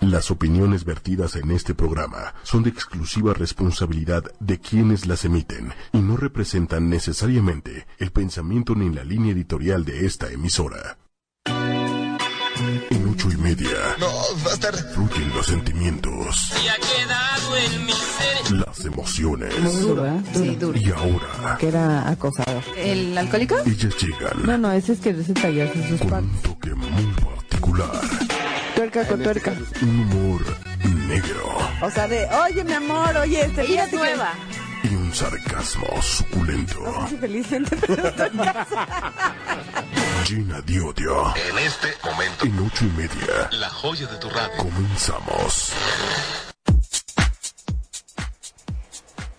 Las opiniones vertidas en este programa son de exclusiva responsabilidad de quienes las emiten y no representan necesariamente el pensamiento ni la línea editorial de esta emisora. En ocho y media No, Buster. fluyen los sentimientos, Ya quedado en mi ser. las emociones. Muy duro, ¿eh? Sí, duro. Y ahora, Queda acosado. ¿El alcohólico? ellas No, llegan no, ese es que se tallarse sus con patas. un toque muy particular, Tuerca con este tuerca. un humor negro O sea, de, oye, mi amor, oye, este, Ella fíjate es que- nueva. y un sarcasmo suculento. Felizmente, pero Gina Diodio. En este momento, En ocho y media la joya de tu radio. comenzamos.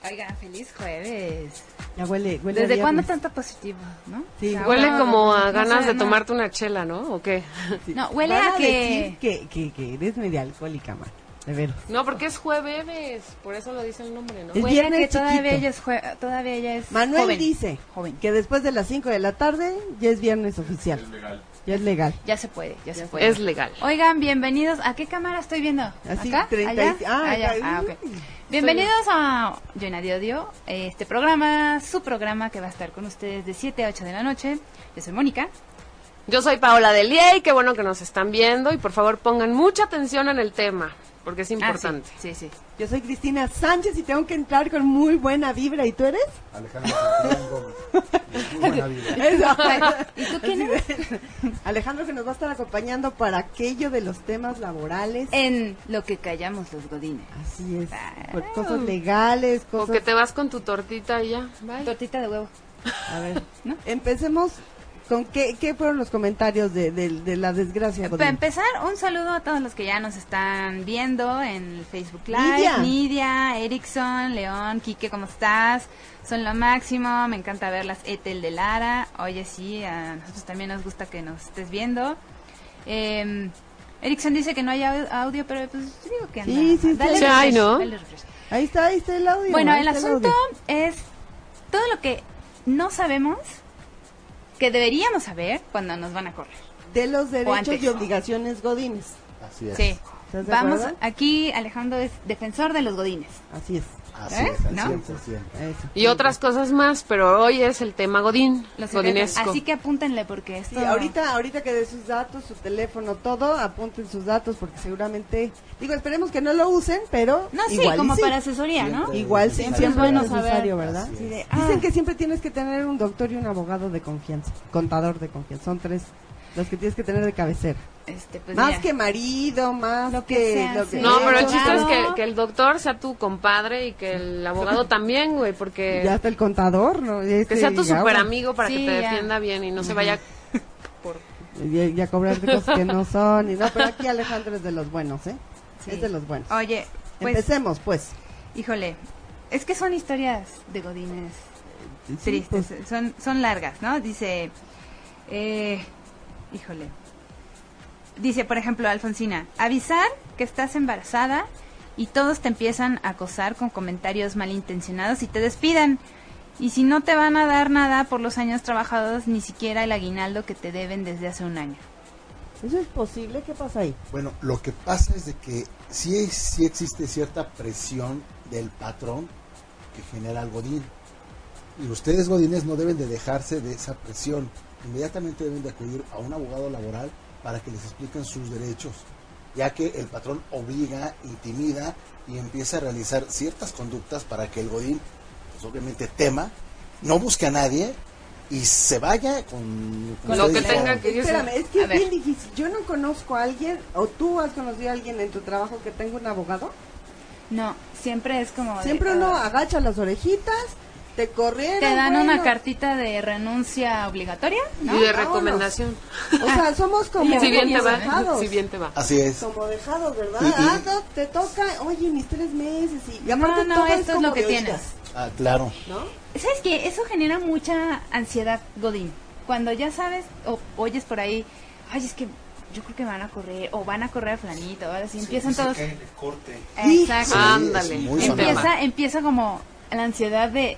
Oiga, feliz jueves. Ya huele, huele ¿Desde a cuándo viernes. tanto positivo, no? pues. Sí. Ah, Huele bueno, como a no ganas sé, de no. tomarte una chela, ¿no? ¿O qué? No, huele Van a que... decir que... Que, que eres media alcohólica, man. De veras. No, porque es jueves, por eso lo dice el nombre, ¿no? Es Huele a viernes que todavía chiquito. ella es, jue- todavía ella es Manuel joven. dice Joven. que después de las 5 de la tarde ya es viernes oficial. Ya es legal. Ya se puede, ya se puede. Es legal. Oigan, bienvenidos. ¿A qué cámara estoy viendo? Así, ¿Acá? 30 y- ¿Allá? ah, Allá. acá. Ah, ok. Mm. Bienvenidos a Yo Nadie Odio, este programa, su programa que va a estar con ustedes de 7 a 8 de la noche. Yo soy Mónica. Ah, Yo soy Paola Delia y qué bueno que nos están viendo y por favor pongan mucha atención en el tema, porque es Ah, importante. sí, sí, sí. Yo soy Cristina Sánchez y tengo que entrar con muy buena vibra. ¿Y tú eres? Alejandro Santiago Gómez. Muy buena vida. Eso. ¿Y tú quién Así eres? de- Alejandro que nos va a estar acompañando para aquello de los temas laborales. En lo que callamos los godines. Así es. Por cosas legales, O que cosas... te vas con tu tortita y ya. Bye. Tortita de huevo. A ver, ¿No? empecemos con qué, qué fueron los comentarios de, de- de la desgracia. Para Godín? empezar, un saludo a todos los que ya nos están viendo en el Facebook Live. Nidia. Nidia, Erickson, León, Quique, ¿cómo estás? Son lo máximo, me encanta verlas. Etel de Lara, oye sí, a nosotros también nos gusta que nos estés viendo. Eh, Erickson dice que no hay au- audio, pero pues yo digo que anda. Sí, sí, sí. dale Sí hay, refresh, ¿no? dale refresh. Ahí está, ahí está el audio. Bueno, ahí el está asunto audio. es todo lo que no sabemos que deberíamos saber cuando nos van a correr. de los derechos antes. y obligaciones Godines. Así es. Sí. ¿Estás de Vamos, acuerdo? aquí Alejandro es defensor de los godines. Así es. Así ¿Eh? es, así ¿No? es, así es. Eso. Y otras cosas más, pero hoy es el tema Godín, Los secretos. Godinesco. Así que apúntenle porque esto... Sí, ahorita, ahorita que dé sus datos, su teléfono, todo, apunten sus datos porque seguramente, digo, esperemos que no lo usen, pero No, sí, igual y como sí. para asesoría, ¿no? Siempre. Igual sí, Siempre siempre es bueno es necesario, ¿verdad? Así Así de, ah, Dicen que siempre tienes que tener un doctor y un abogado de confianza, contador de confianza, son tres los que tienes que tener de cabecera. este, pues, más mira. que marido, más Lo que que, sea, lo sí. que No, pero el Claro. chiste es que, que el doctor sea tu compadre y que el abogado también, güey, porque ya hasta el contador, ¿no? que Este, sea tu ya, super amigo para Sí, que te ya. defienda bien y no se vaya Ya, ya cobrarte cosas que no son y no, pero aquí Alejandro es de los buenos, ¿eh? Sí. Es de los buenos. Oye, pues, Empecemos, pues. híjole, es que son historias de godines Sí, tristes, pues, son, son largas, ¿no? Dice, eh, híjole, dice, por ejemplo, Alfonsina, avisar que estás embarazada y todos te empiezan a acosar con comentarios malintencionados y te despidan. Y si no te van a dar nada por los años trabajados, ni siquiera el aguinaldo que te deben desde hace un año. ¿Eso es posible? ¿Qué pasa ahí? Bueno, lo que pasa es de que sí, es- sí existe cierta presión del patrón que genera el Godín. Y ustedes, Godines, no deben de dejarse de esa presión. Inmediatamente deben de acudir a un abogado laboral para que les expliquen sus derechos, ya que el patrón obliga, intimida y empieza a realizar ciertas conductas para que el Godín, pues obviamente, tema, no busque a nadie y se vaya con, como Lo ustedes que tenga dijeron. que- yo sé. Espérame, es que A es ver. bien difícil. Yo no conozco a alguien, o tú has conocido a alguien en tu trabajo que tenga un abogado. No, siempre es como... de, Siempre uno ah, agacha las orejitas, te corrieron. Te dan una bueno. cartita de renuncia obligatoria, ¿no? y de Vámonos. recomendación. O sea, somos como, Si bien te como va, dejados. si bien te va. Así es. Como dejados, ¿verdad? Y- y- Ah, no, te toca, oye, mis tres meses. Y, y No, aparte no, todo esto es como lo que de oídas, tienes. Ah, claro. ¿no? ¿Sabes qué? Eso genera mucha ansiedad, Godín. Cuando ya sabes o oyes por ahí, ay, es que yo creo que van a correr o van a correr a flanito, ahora sí, empiezan todos. Ah, Exacto. Ándale. es muy Sí, sonado. empieza, empieza como la ansiedad de,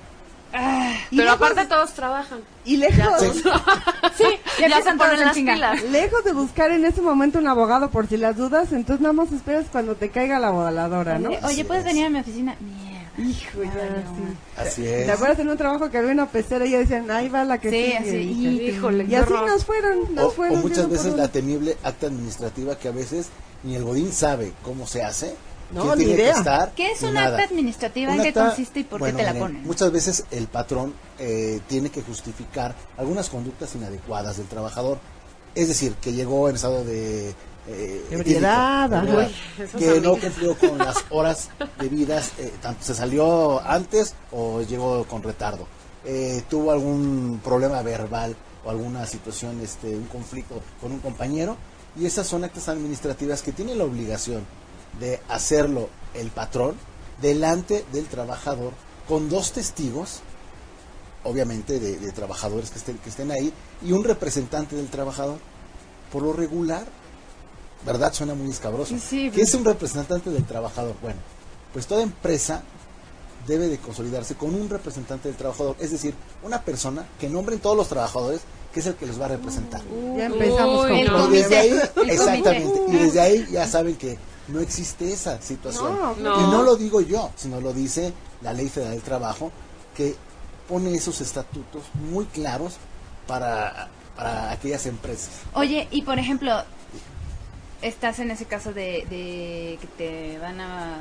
"Ah". Y Pero lejos- aparte todos trabajan. Y lejos, Sí, Ya ya, empiezan todos se ponen en las chinga. pilas. lejos de buscar en ese momento un abogado por si las dudas, entonces nada más esperas cuando te caiga la voladora, ¿no? Oye, Así ¿puedes es. venir a mi oficina? Mierda. Hijo, ya, Ay, sí. no, ma. Así ¿Te es. acuerdas en un trabajo que había una pecera y ya decían, ahí va la que Sí, sigue, así, hija? y- Híjole, Y qué así horror. nos fueron, O, nos o fueron. muchas yendo por veces un- la temible acta administrativa que a veces ni el Godín sabe cómo se hace. No, quién ni tiene que idea. estar, ¿Qué es ni una Pues nada. acta administrativa? ¿En Una qué acta- consiste y por bueno, qué te la miren, ponen? Muchas veces el patrón eh, tiene que justificar algunas conductas inadecuadas del trabajador. Es decir, que llegó en estado de... eh, Ebriedad, etílico, ajá. Uy, eso que no también. cumplió con las horas debidas, eh, tanto se salió antes o llegó con retardo. Eh, tuvo algún problema verbal o alguna situación, este, un conflicto con un compañero. Y esas son actas administrativas que tiene la obligación de hacerlo el patrón delante del trabajador con dos testigos, obviamente de, de trabajadores que estén, que estén ahí, y un representante del trabajador. Por lo regular, ¿verdad? Suena muy escabroso. Sí, pues. ¿Qué es un representante del trabajador? Bueno, pues toda empresa debe de consolidarse con un representante del trabajador, es decir, una persona que nombren todos los trabajadores, que es el que los va a representar. Mm, Ya empezamos Uy, con no. Y problemas. desde ahí, comité. exactamente, y desde ahí ya saben que no existe esa situación. No, No. Y no lo digo yo, sino lo dice la Ley Federal del Trabajo, que pone esos estatutos muy claros para, para aquellas empresas. Oye, y por ejemplo, estás en ese caso de, de que te van a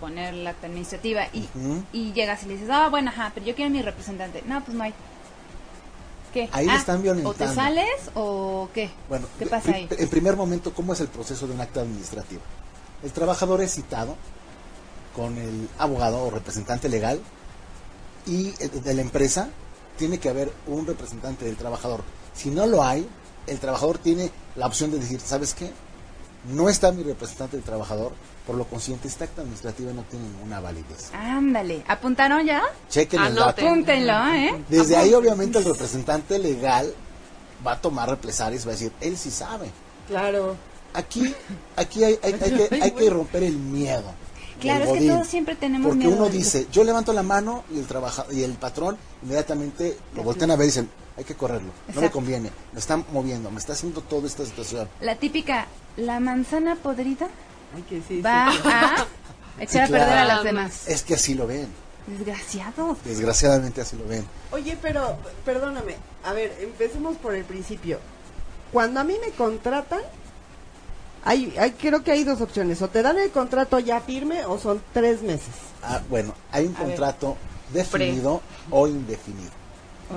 poner la acta administrativa y, Ujú. y llegas y le dices, ah, bueno, ajá, pero yo quiero a mi representante. No, pues no hay. ¿Qué? Ahí le Ah, están violentando. ¿O te sales o qué? Bueno, ¿Qué de- pasa pri- ahí? En primer momento, ¿cómo es el proceso de un acta administrativa? El trabajador es citado con el abogado o representante legal y eh, de la empresa tiene que haber un representante del trabajador. Si no lo hay, el trabajador tiene la opción de decir, ¿sabes qué? No está mi representante del trabajador, por lo consciente esta acta administrativa no tiene ninguna validez. Ándale, ¿apuntaron ya? Chequen el dato. Anoten. Apúntenlo, ¿eh? Desde ahí, obviamente, el representante legal va a tomar represalias, va a decir, él sí sabe. Claro. Aquí, aquí hay, hay- hay que, hay que romper el miedo. del Claro, es que godín. todos siempre tenemos Porque miedo uno del- dice, yo levanto la mano y el trabaja, y el patrón inmediatamente lo voltean a ver y dicen, hay que correrlo, no me Exacto. conviene, me están moviendo, me está haciendo toda esta situación. La típica, la manzana podrida Ay, que sí, sí. va a echar Sí, a perder a claro. Eh. las demás. Es que así lo ven, Desgraciados. desgraciadamente así lo ven. Oye, pero perdóname. A ver, empecemos por el principio. Cuando a mí me contratan, hay, hay, creo que hay dos opciones. O te dan el contrato ya firme o son tres meses. Ah, bueno, hay un A ver. contrato definido o indefinido.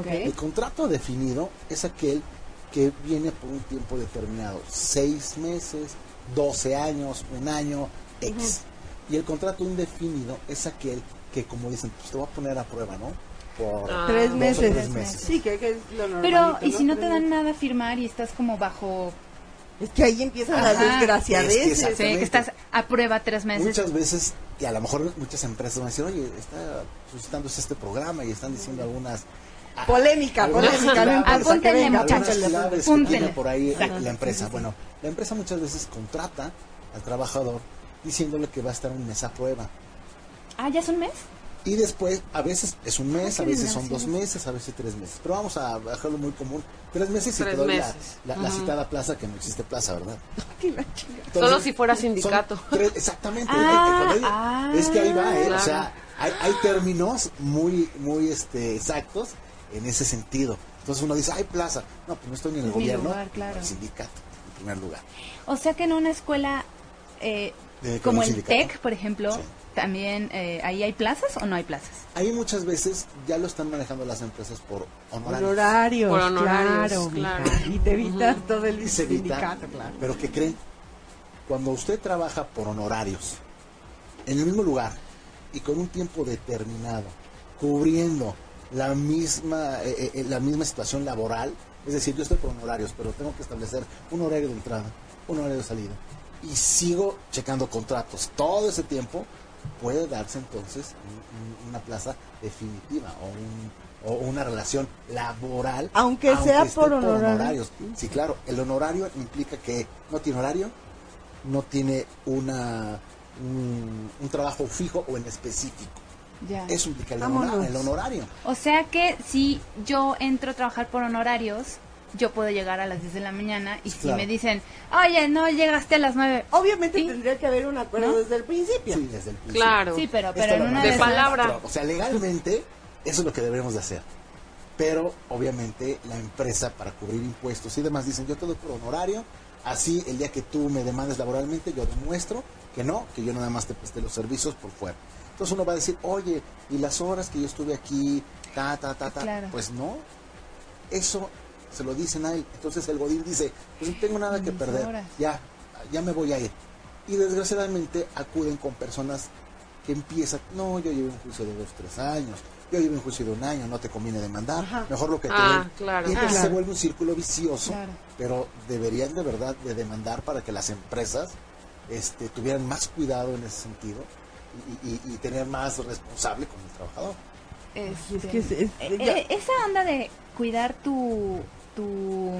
El Ok. contrato definido es aquel que viene por un tiempo determinado, seis meses, 12 años, un año, X. Y el contrato indefinido es aquel que, como dicen, pues te voy a poner a prueba, ¿no? Por Ah. tres dos o meses. tres meses. Sí, que, que es lo normal. Pero, ¿y si no te dan nada a firmar y estás como bajo... Es que ahí empiezan las Ajá. desgraciadeces. Es que Sí, que Exactamente. estás a prueba tres meses. Muchas veces, y a lo mejor muchas empresas van a decir, oye, está suscitándose este programa y están diciendo algunas... ah, Polémica, algunas polémica, no claves- importa que Apúntenle, venga, muchachos, algunas claves que apúntenle. tiene por ahí eh, Exacto. la empresa. Bueno, la empresa muchas veces contrata al trabajador diciéndole que va a estar en esa prueba. Ah, ¿ya es un mes? Y después, a veces es un mes, Ay, a qué veces son dos desgraciado. meses, a veces tres meses. Pero vamos a bajarlo muy común. Tres meses y Tres te doy la- meses. la, la citada plaza, que no existe plaza, ¿verdad? Entonces, Solo si fuera son sindicato. tres- exactamente. Ah, eh, eh, ah, es que ahí va, ¿eh? O claro. sea, hay, hay términos muy, muy este, exactos en ese sentido. Entonces uno dice, ay, plaza. No, pues no estoy ni en el Es mi gobierno, lugar, ni en claro. el sindicato, en primer lugar. O sea que en una escuela eh, De- con como un el sindicato. TEC, por ejemplo, Sí. también eh, ahí hay plazas o no hay plazas. Ahí muchas veces ya lo están manejando las empresas por honorarios. Honorarios, Por honorarios, claro, mija. claro. Y te evitas todo el y se evita. sindicato, claro. Pero ¿qué creen? Cuando usted trabaja por honorarios, en el mismo lugar y con un tiempo determinado, cubriendo la misma, eh, eh, la misma situación laboral, es decir, yo estoy por honorarios, pero tengo que establecer un horario de entrada, un horario de salida, y sigo checando contratos todo ese tiempo, puede darse entonces un- un- una plaza definitiva o, un- o una relación laboral. Aunque sea esté por honorarios. Sí, claro, el honorario implica que no tiene horario, no tiene una un, un trabajo fijo o en específico. Ya. Eso implica el, Vámonos. honor- el honorario. O sea que si yo entro a trabajar por honorarios, yo puedo llegar a las 10 de la mañana y Claro. si me dicen, oye, no llegaste a las oh, 9. Obviamente Sí. tendría que haber un acuerdo ¿No? desde el principio. Sí, desde el principio. Claro. Sí, pero, Esta pero en la una verdad. de De esas- palabra. O sea, legalmente, eso es lo que deberíamos de hacer. Pero, obviamente, la empresa para cubrir impuestos y demás dicen, yo te doy por honorario, así el día que tú me demandes laboralmente, yo demuestro que no, que yo nada más te presté los servicios por fuera. Entonces uno va a decir, oye, y las horas que yo estuve aquí, ta, ta, ta, ta. Claro. Pues no, eso se lo dicen a él. Entonces el Godín dice, pues no tengo nada que Mis perder, horas. ya, ya me voy a ir. Y desgraciadamente acuden con personas que empiezan, no, yo llevo un juicio de dos, tres años, yo llevo un juicio de un año, no te conviene demandar, Ajá. mejor lo que te Ah, den. claro. Y entonces Ah. se vuelve un círculo vicioso, Claro. pero deberían de verdad de demandar para que las empresas este, tuvieran más cuidado en ese sentido y, y- y tener más responsable con el trabajador. Y es Este, que es- es- eh, ya- eh, esa onda de cuidar tu, tu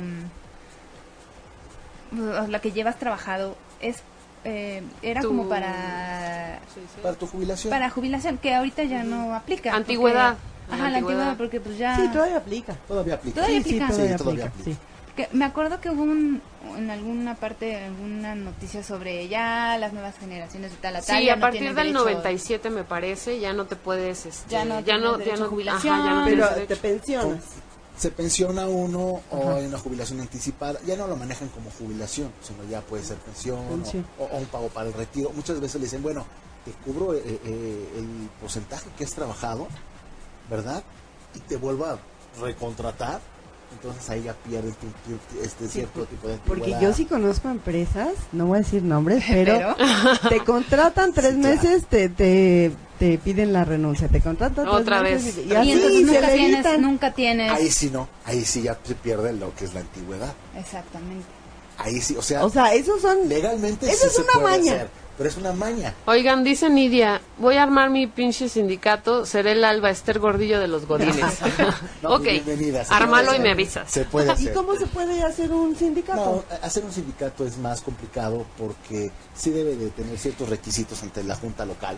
mm, la que llevas trabajado es eh, era Tu- como para Para tu jubilación. para jubilación que ahorita ya no aplica porque- Antigüedad. ajá la antigüedad porque pues ya Sí, todavía aplica. Todavía aplica. sí, Todavía sí, aplica. todavía Sí, todavía aplica. aplica. sí. Que me acuerdo que hubo un, en alguna parte, alguna noticia sobre ya las nuevas generaciones de tal a tal. Sí, ya a no partir tienen del derecho- 97 me parece, ya no te puedes este, Ya no tienes derecho a ajá, jubilación. ya no Pero tienes te derecho. pensionas. Se pensiona uno o hay una jubilación anticipada. Ya no lo manejan como jubilación, sino ya puede ser pensión, o- Pensión. O, o un pago para el retiro. Muchas veces le dicen, bueno, te cubro eh, eh, el porcentaje que has trabajado, ¿verdad? Y te vuelvo a recontratar. Entonces ahí ya pierdes tu- tu- este cierto tipo de Porque antigüedad. yo sí conozco empresas, no voy a decir nombres, pero, Pero- te contratan tres Sí, claro. meses, te, te, te piden la renuncia, te contratan tres Otra meses vez. y- Y, y así entonces se nunca le tienes, evitan. nunca tienes. Ahí sí no, ahí sí ya se pierde lo que es la antigüedad. Exactamente. Ahí sí, o sea, O sea, esos son legalmente eso sí es se una puede maña. hacer, pero es una maña. Oigan, dice Nidia, voy a armar mi pinche sindicato, seré el alba Esther Gordillo de los Godines. No, ok, pues, bienvenida, se armalo puede y me hacer. avisas. Se puede ¿Y hacer. cómo se puede hacer un No, sindicato? hacer un sindicato es más complicado porque sí debe de tener ciertos requisitos ante la junta local,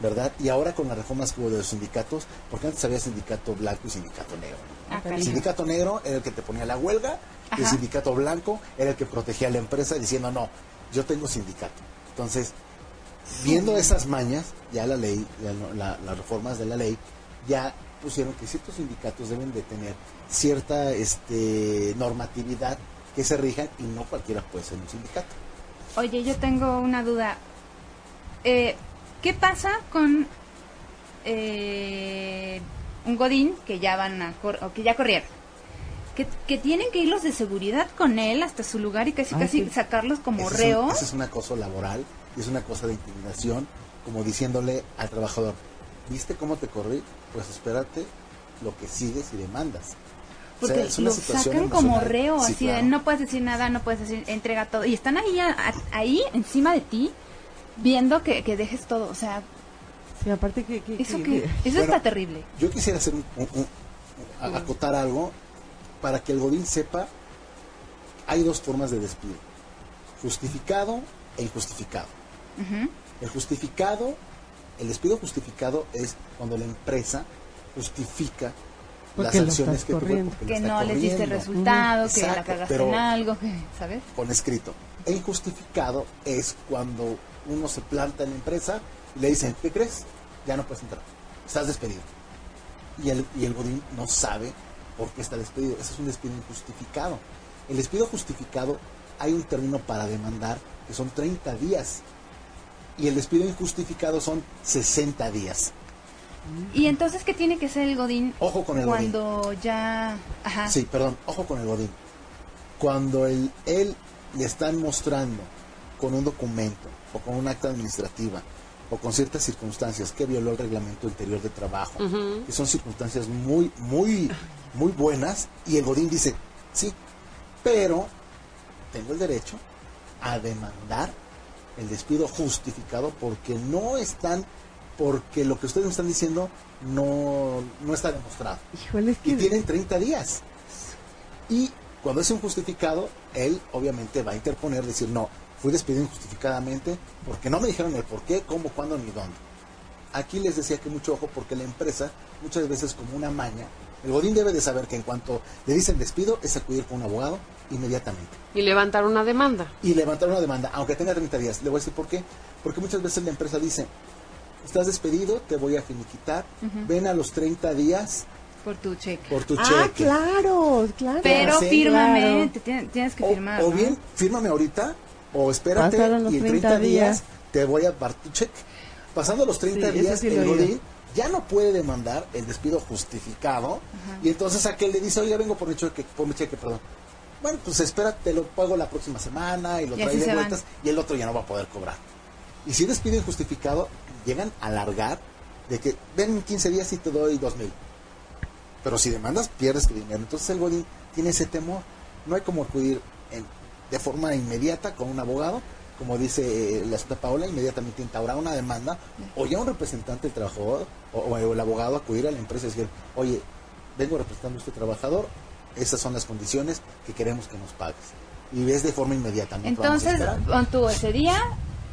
¿verdad? Y ahora con las reformas que hubo de los sindicatos, porque antes había sindicato blanco y sindicato negro. Ah, El cariño. sindicato negro era el que te ponía la huelga, y el Ajá. sindicato blanco era el que protegía a la empresa diciendo, no, yo tengo sindicato. Entonces, viendo esas mañas, ya la ley, ya no- la- las reformas de la ley, ya pusieron que ciertos sindicatos deben de tener cierta este, normatividad que se rijan y no cualquiera puede ser un sindicato. Oye, yo tengo una duda. Eh, ¿Qué pasa con eh, un Godín que ya van a cor- o que ya corrieron? Que, que tienen que ir los de seguridad con él hasta su lugar y casi Ay, casi sí. sacarlos como Ese es un- reos. ese es un acoso laboral y es una cosa de intimidación, como diciéndole al trabajador, ¿viste cómo te corrí? Pues espérate lo que sigues y demandas. O sea, Porque es una lo situación sacan como emocional. reo, Sí, así de claro. no puedes decir nada, no puedes decir, entrega todo. Y están ahí, a- a- ahí encima de ti, viendo que, que dejes todo. O sea, Sí, aparte que... que- eso que- que, eso Bueno, está terrible. Yo quisiera hacer un, un- un- a- acotar algo para que el Godín sepa. Hay dos formas de despido: justificado e injustificado. Ujú. El justificado, el despido justificado es cuando la empresa justifica Porque lo las acciones estás que tuvo corriendo. porque lo Que está no les diste corriendo, resultado, que la Exacto, cagaste pero- en algo, que, ¿sabes? Con escrito. E injustificado es cuando uno se planta en la empresa y le dicen, ¿qué crees? Ya no puedes entrar. Estás despedido. Y el, y el Godín no sabe por qué está despedido. Ese es un despido injustificado. El despido justificado hay un término para demandar que son 30 días. Y el despido injustificado son 60 días. Y entonces, ¿qué tiene que ser el Godín Ojo con el Godín. cuando ya... Ajá. Sí, perdón, ojo con el Godín. Cuando el, él le están mostrando con un documento o con un acta administrativa o con ciertas circunstancias que violó el reglamento interior de trabajo, Ujú. que son circunstancias muy, muy, muy buenas, y el Godín dice, sí, pero tengo el derecho a demandar el despido justificado porque no están, porque lo que ustedes me están diciendo no, no está demostrado Híjole, es que... y tienen 30 días. Y cuando es injustificado, él obviamente va a interponer, decir, no, fui despedido injustificadamente porque no me dijeron el por qué, cómo, cuándo ni dónde. Aquí les decía que mucho ojo porque la empresa muchas veces como una maña, el Godín debe de saber que en cuanto le dicen despido es acudir con un abogado inmediatamente Y levantar una demanda. y levantar una demanda, aunque tenga 30 días. Le voy a decir por qué. Porque muchas veces la empresa dice, estás despedido, te voy a finiquitar, ven a los 30 días por tu cheque. por tu Ah, cheque. claro, claro. Pero Sí, fírmame, claro. te tien- tienes que O- firmar. o, ¿no? bien, fírmame ahorita, o espérate, Pasaron los y en 30, 30 días días te voy a dar tu cheque. Pasando los 30 Sí, eso días, sí lo el he oído. Godín ya no puede demandar el despido justificado. Y entonces aquel le dice, oye, vengo por mi cheque, por mi cheque, perdón. Bueno, pues espera, te lo pago la próxima semana y lo Y trae así de se vueltas y el otro ya no va a poder cobrar. Y si despido injustificado, llegan a alargar de que ven 15 días y te doy 2 mil. Pero si demandas, pierdes tu dinero. Entonces el Godín tiene ese temor. No hay como acudir en- de forma inmediata con un abogado, como dice eh, la señora Paola, inmediatamente instaurar una demanda o ya un representante del trabajador o, o el abogado acudir a la empresa y decir, oye, vengo representando a este trabajador, esas son las condiciones que queremos que nos pagues. Y es de forma inmediata. no te vamos a Entonces, esperar. con tu ese día,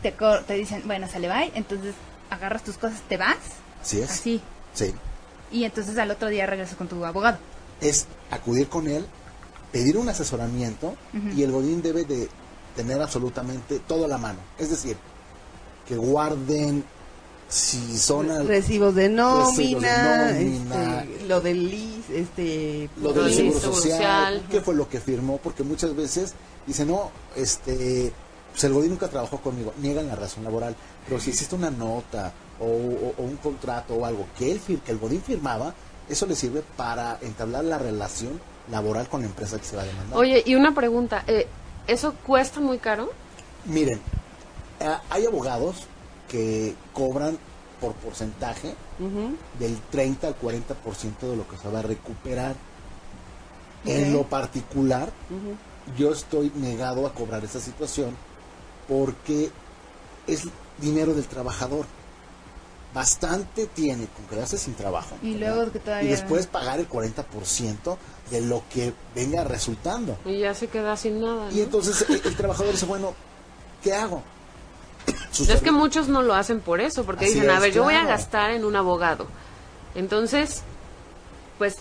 te, co- te dicen, bueno, sale bye. Entonces, agarras tus cosas, te vas. Así es. Así. Sí. Y entonces al otro día regresas con tu abogado. es acudir con él, pedir un asesoramiento y el godín debe de tener absolutamente todo a la mano. Es decir, que guarden si son al- recibos de nómina, nómina. este, lo del IS, este, lo del Sí, seguro seguro social, social. qué fue lo que firmó, porque muchas veces dicen, no, este, pues el Godín nunca trabajó conmigo, niegan la razón laboral, pero si existe una nota o, o- o un contrato o algo que, él, fir- que el Godín firmaba, eso le sirve para entablar la relación laboral con la empresa que se va a demandar. Oye, y una pregunta. eh, ¿Eso cuesta muy caro? Miren, a- hay abogados que cobran por porcentaje ujú, del 30 al 40% de lo que se va a recuperar. En lo particular, ujú. yo estoy negado a cobrar esa situación porque es dinero del trabajador. Bastante tiene con quedarse sin trabajo. Y luego que todavía- Y después pagar el 40% de lo que venga resultando. Y ya se queda sin nada. Y ¿no? entonces eh, el, el trabajador dice, bueno, ¿qué hago? Sus Es que servi- muchos no lo hacen por eso, porque Así dicen, a es, ver, yo voy a claro. gastar en un abogado. Entonces, pues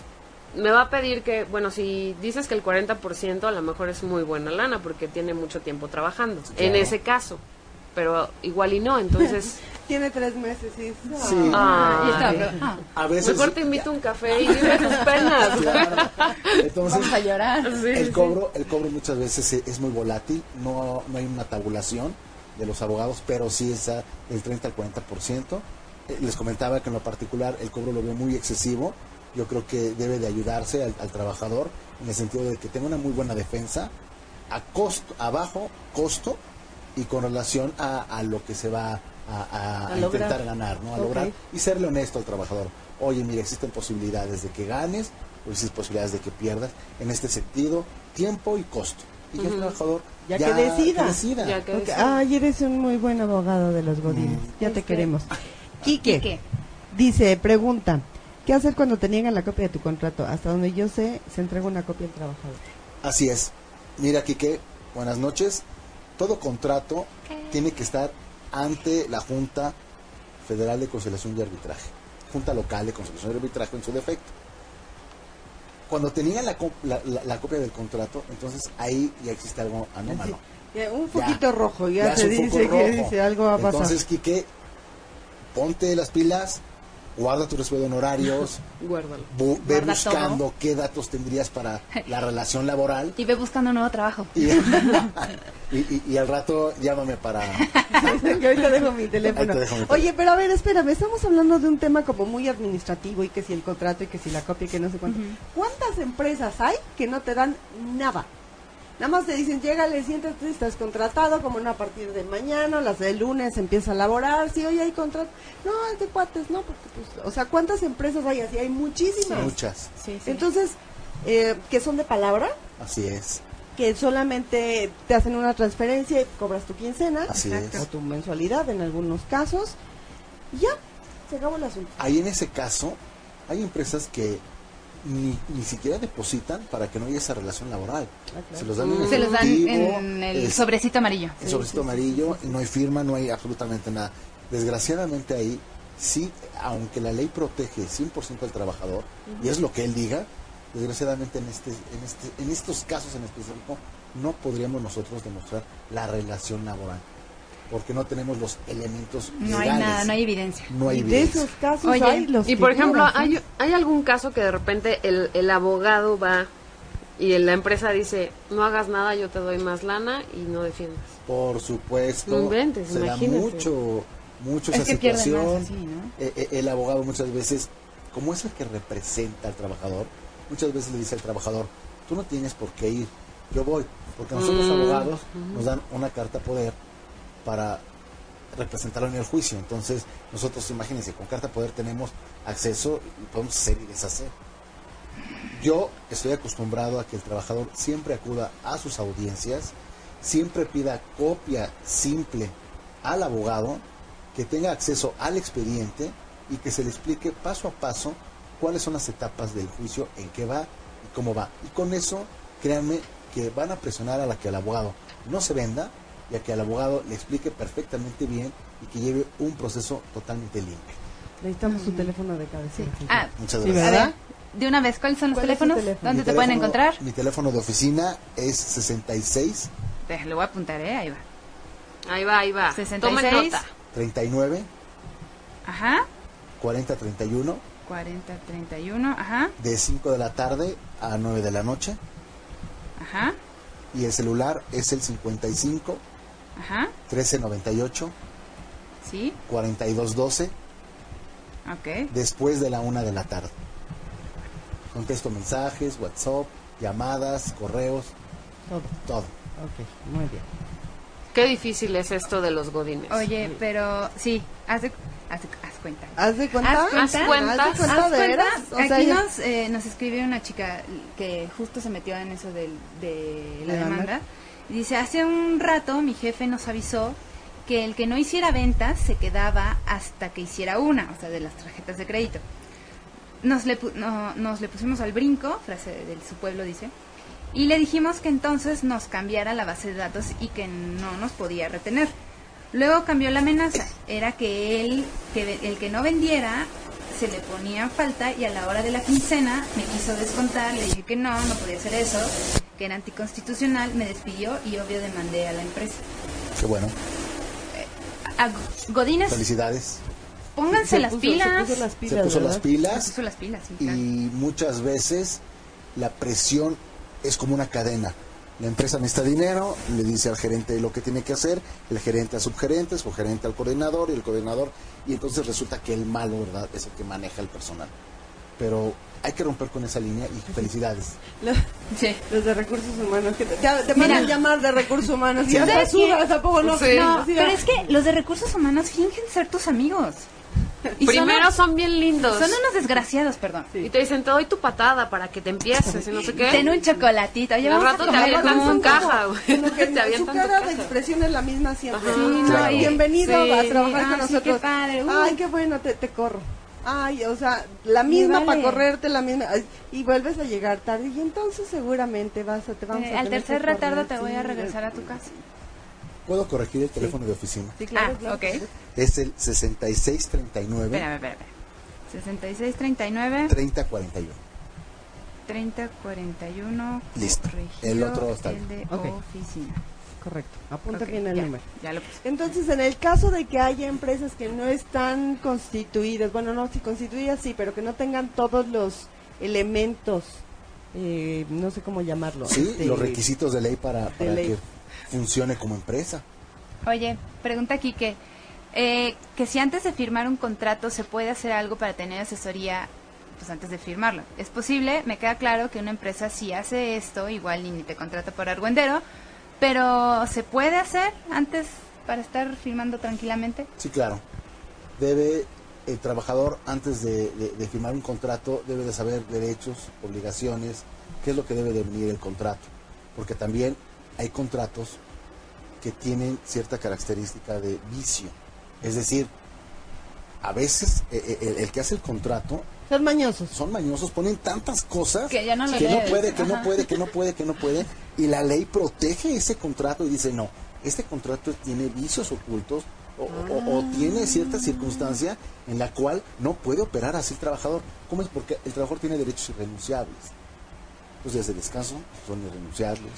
me va a pedir que, bueno, si dices que el 40% a lo mejor es muy buena lana, porque tiene mucho tiempo trabajando, en claro. ese caso, pero igual y no, entonces, Tiene tres meses, sí. Sí. Ah, y estaba, Ay. pero, ah, a veces... mejor te invito a un café y dime tus penas. Claro. Entonces, vamos a llorar. Sí, sí, el sí. cobro, el cobro muchas veces e- es muy volátil, no, no hay una tabulación de los abogados, pero sí está del 30 al 40%. Eh, Les comentaba que en lo particular el cobro lo veo muy excesivo. Yo creo que debe de ayudarse al, al trabajador en el sentido de que tenga una muy buena defensa a costo, a bajo costo y con relación a, a lo que se va a, A a- a lograr. intentar ganar, ¿no? A lograr y serle honesto al trabajador. Oye, mira, existen posibilidades de que ganes, o existen posibilidades de que pierdas. En este sentido, tiempo y costo. Y que el trabajador Ya que decida. que decida. Ya que Porque, es- ay, eres un muy buen abogado de los godines. Mm. Ya te Este- queremos. Quique, Quique. dice, pregunta, ¿qué hacer cuando te niegan la copia de tu contrato? Hasta donde yo sé, se entrega una copia al trabajador. Así es. Mira, Quique, buenas noches. Todo contrato tiene que estar ante la Junta Federal de Conciliación y Arbitraje, Junta Local de Conciliación y Arbitraje en su defecto. Cuando tenían la, co- la- la- la copia del contrato, entonces ahí ya existe algo anómalo. Ya, Un Ya. poquito rojo, ya, es se un foco dice que rojo. dice algo va a pasar. Entonces, Quique, ponte las pilas, guarda tu respeto en horarios, Guárdalo. bu- ve Guarda buscando qué datos tendrías para la relación laboral. Y ve buscando un nuevo trabajo. Y, y- y- y al rato llámame para... que ahorita dejo mi teléfono. Ahorita dejo mi teléfono. Oye, pero a ver, espérame, estamos hablando de un tema como muy administrativo y que si el contrato y que si la copia y que no sé cuánto. ¿Cuántas empresas hay que no te dan nada? Nada más te dicen, llégale, siéntate, estás contratado, como no a partir de mañana, las del lunes empieza a laborar, si hoy hay contrato. No, es de cuates, no, porque pues, o sea, ¿cuántas empresas hay así? Hay muchísimas. Muchas, Entonces, eh, que son de palabra, así es, que solamente te hacen una transferencia y cobras tu quincena así o es. tu mensualidad en algunos casos. Y ya, se acabó el asunto. Ahí en ese caso, hay empresas que ni, ni siquiera depositan para que no haya esa relación laboral. Se los dan, en Se los dan efectivo, este, en el es- sobrecito amarillo. el sobrecito amarillo, no hay firma, no hay absolutamente nada. Desgraciadamente ahí sí, aunque la ley protege 100% al trabajador, y es lo que él diga, desgraciadamente en, este, en, este, en estos casos en específico no podríamos nosotros demostrar la relación laboral, porque no tenemos los elementos No hay legales. nada, no hay evidencia. No hay Y de evidencia. esos casos Oye, hay los Y que por ejemplo, quieras, ¿eh? hay, hay algún caso que de repente el, el abogado va y la empresa dice, no hagas nada, yo te doy más lana y no defiendas. Por supuesto, No inventes, se da imagínate. mucho, mucho Es esa que pierden situación. más así, ¿no? Eh, eh, el abogado muchas veces, como es el que representa al trabajador, muchas veces le dice al trabajador, tú no tienes por qué ir, yo voy, porque a nosotros Mm, abogados nos dan una carta poder para representarlo en el juicio. Entonces, nosotros, imagínense, con carta poder tenemos acceso y podemos hacer y deshacer. Yo estoy acostumbrado a que el trabajador siempre acuda a sus audiencias, siempre pida copia simple al abogado, que tenga acceso al expediente y que se le explique paso a paso cuáles son las etapas del juicio, en qué va y cómo va. Y con eso, créanme que van a presionar a la que el abogado no se venda y a que al abogado le explique perfectamente bien y que lleve un proceso totalmente limpio. Necesitamos su teléfono de cabecera. Mm. Ah, Muchas Sí, gracias. a ¿Verdad? ver, de una vez, ¿cuáles son los ¿Cuál es tu teléfonos? teléfono? ¿Dónde Mi te pueden teléfono- encontrar? Mi teléfono de oficina es 66 Te lo voy a apuntar, ¿eh? Ahí va. Ahí va, ahí va. 66. Tomen nota. 39 Ajá. 40 31 40, 31, ajá, de 5 de la tarde a 9 de la noche ajá, y el celular es el 55 ajá. 1398 Sí, 4212 ok. después de la una de la tarde. Contesto mensajes, WhatsApp, llamadas, correos, Todo. todo. Ok, muy bien. Qué difícil es esto de los godines. Oye, pero sí, haz, de- haz de- haz cuenta. ¿Haz de cuenta? ¿Haz cuenta? ¿Haz de cuenta ¿Haz de cuenta? veras? O Aquí sea, ya- nos, eh, nos escribió una chica que justo se metió en eso del- de la ¿De la demanda. demanda? Y dice, hace un rato mi jefe nos avisó que el que no hiciera ventas se quedaba hasta que hiciera una, o sea, de las tarjetas de crédito. Nos le, pu- no- nos le pusimos al brinco, frase de su pueblo dice, y le dijimos que entonces nos cambiara la base de datos y que no nos podía retener. Luego cambió la amenaza, era que él, que ve- el que no vendiera, se le ponía falta y a la hora de la quincena me quiso descontar, le dije que no, no podía hacer eso, que era anticonstitucional, me despidió y obvio demandé a la empresa. Qué bueno. A- Godines, Felicidades. pónganse las puso- pilas. Se puso las Se pilas. Se puso las ¿verdad? pilas. puso las pilas, sí, y claro. muchas veces la presión es como una cadena. La empresa necesita dinero, le dice al gerente lo que tiene que hacer, el gerente a subgerentes, o gerente al coordinador y el coordinador, y entonces resulta que el malo, ¿verdad?, es el que maneja el personal. Pero hay que romper con esa línea y felicidades. Los, Sí. los de recursos humanos. Que te, te- te mandan Mira. llamar de recursos humanos. Y Sí. hasta ¿Sabes qué? sudas, ¿a poco no? Sí. No, Sí, pero ah. es que los de recursos humanos fingen ser tus amigos. Y son- Primero son bien lindos. son, unos desgraciados, perdón. Y te dicen, te doy tu patada para que te empieces y no sé qué. Ten un chocolatito. Oye, Al vamos a rato te comer avientan juntos. un caja, güey. Sino que Te su avientan tu cara de caja. expresión es la misma siempre. Ajá. Sí, no, Claro. y Bienvenido Sí, a trabajar ah, con sí, qué nosotros. padre, uy. Ay, qué bueno, te, te corro. Ay, o sea, la misma vale. para correrte, la misma. ay, Y vuelves a llegar tarde y entonces seguramente vas a, te vamos Eh, a al tener que tercer retardo correr, te voy sí, a regresar a tu casa. ¿Puedo corregir el teléfono de oficina? Sí, claro, ah, claro. ok. Es el 6639 Espérame, espérame. 66, 39, 3041. 30, 41. Listo. corregido, El otro está el de Ok. oficina. Correcto. Apunta Ok, bien el ya, número. Ya lo puse. Entonces, en el caso de que haya empresas que no están constituidas, bueno, no, si constituidas sí, pero que no tengan todos los elementos, eh, no sé cómo llamarlo. Sí, este, los requisitos de ley para, para ley. que funcione como empresa. Oye, pregunta aquí que, eh, que si antes de firmar un contrato se puede hacer algo para tener asesoría, pues antes de firmarlo. ¿Es posible? Me queda claro que una empresa si hace esto, igual y ni te contrata por argüendero, pero ¿se puede hacer antes para estar firmando tranquilamente? Sí, claro. Debe, el trabajador antes de, de- de firmar un contrato, debe de saber derechos, obligaciones, qué es lo que debe de venir el contrato. Porque también hay contratos que tienen cierta característica de vicio. Es decir, a veces eh, eh, el, el que hace el contrato Son mañosos. son mañosos, ponen tantas cosas Que ya no lo que no lees. puede, que Ajá. no puede, que no puede, que no puede. Y la ley protege ese contrato y dice, no, este contrato tiene vicios ocultos o, o- o Ah. tiene cierta circunstancia en la cual no puede operar así el trabajador. ¿Cómo es? Porque el trabajador tiene derechos irrenunciables. Los días de descanso son irrenunciables.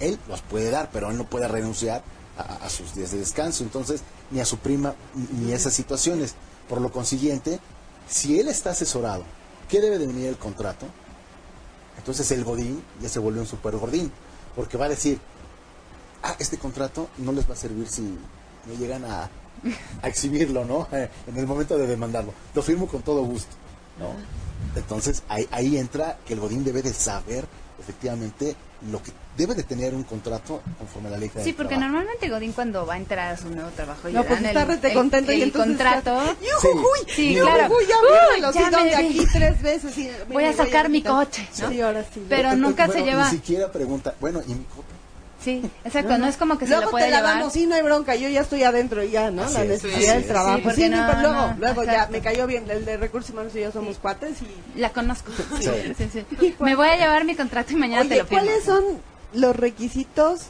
Él los puede dar, pero él no puede renunciar a, a- a sus días de descanso. Entonces, ni a su prima, ni ni a esas situaciones. Por lo consiguiente, si él está asesorado, ¿qué debe de venir el contrato? Entonces el godín ya se volvió un super godín, porque va a decir, ah, este contrato no les va a servir si me llegan a, a exhibirlo, ¿no? En el momento de demandarlo. Lo firmo con todo gusto, ¿no? Entonces ahí, ahí entra que el godín debe de saber efectivamente lo que debe de tener un contrato conforme a la ley. Federal Sí, del porque Este, Trabajo. normalmente Godín cuando va a entrar a su nuevo trabajo y No, le pues dan está el, rete el- contrato y el entonces contrato, ¡Yujujuy! Sí. Sí, ¡Yujujuy! claro. Ya Uy, me los ya quitan me de vi. aquí tres veces. y- mira, Voy a sacar mi quitar. coche, ¿no? Sí, ahora sí. Pero nunca se Bueno, lleva. Ni siquiera pregunta, bueno, ¿y mi copia? Sí, exacto, no, es como que se luego lo puede te la llevar. damos, sí, no hay bronca, yo ya estoy adentro y ya, ¿no? Así la es, necesidad sí, del sí, trabajo. sí, porque Sí, no, pero luego, no, luego ya exacto. me cayó bien, el de recursos humanos y yo somos cuates y... La conozco. Sí, Sí. sí, sí. Me voy a llevar mi contrato y mañana te Oye, lo firmo. ¿cuáles son los requisitos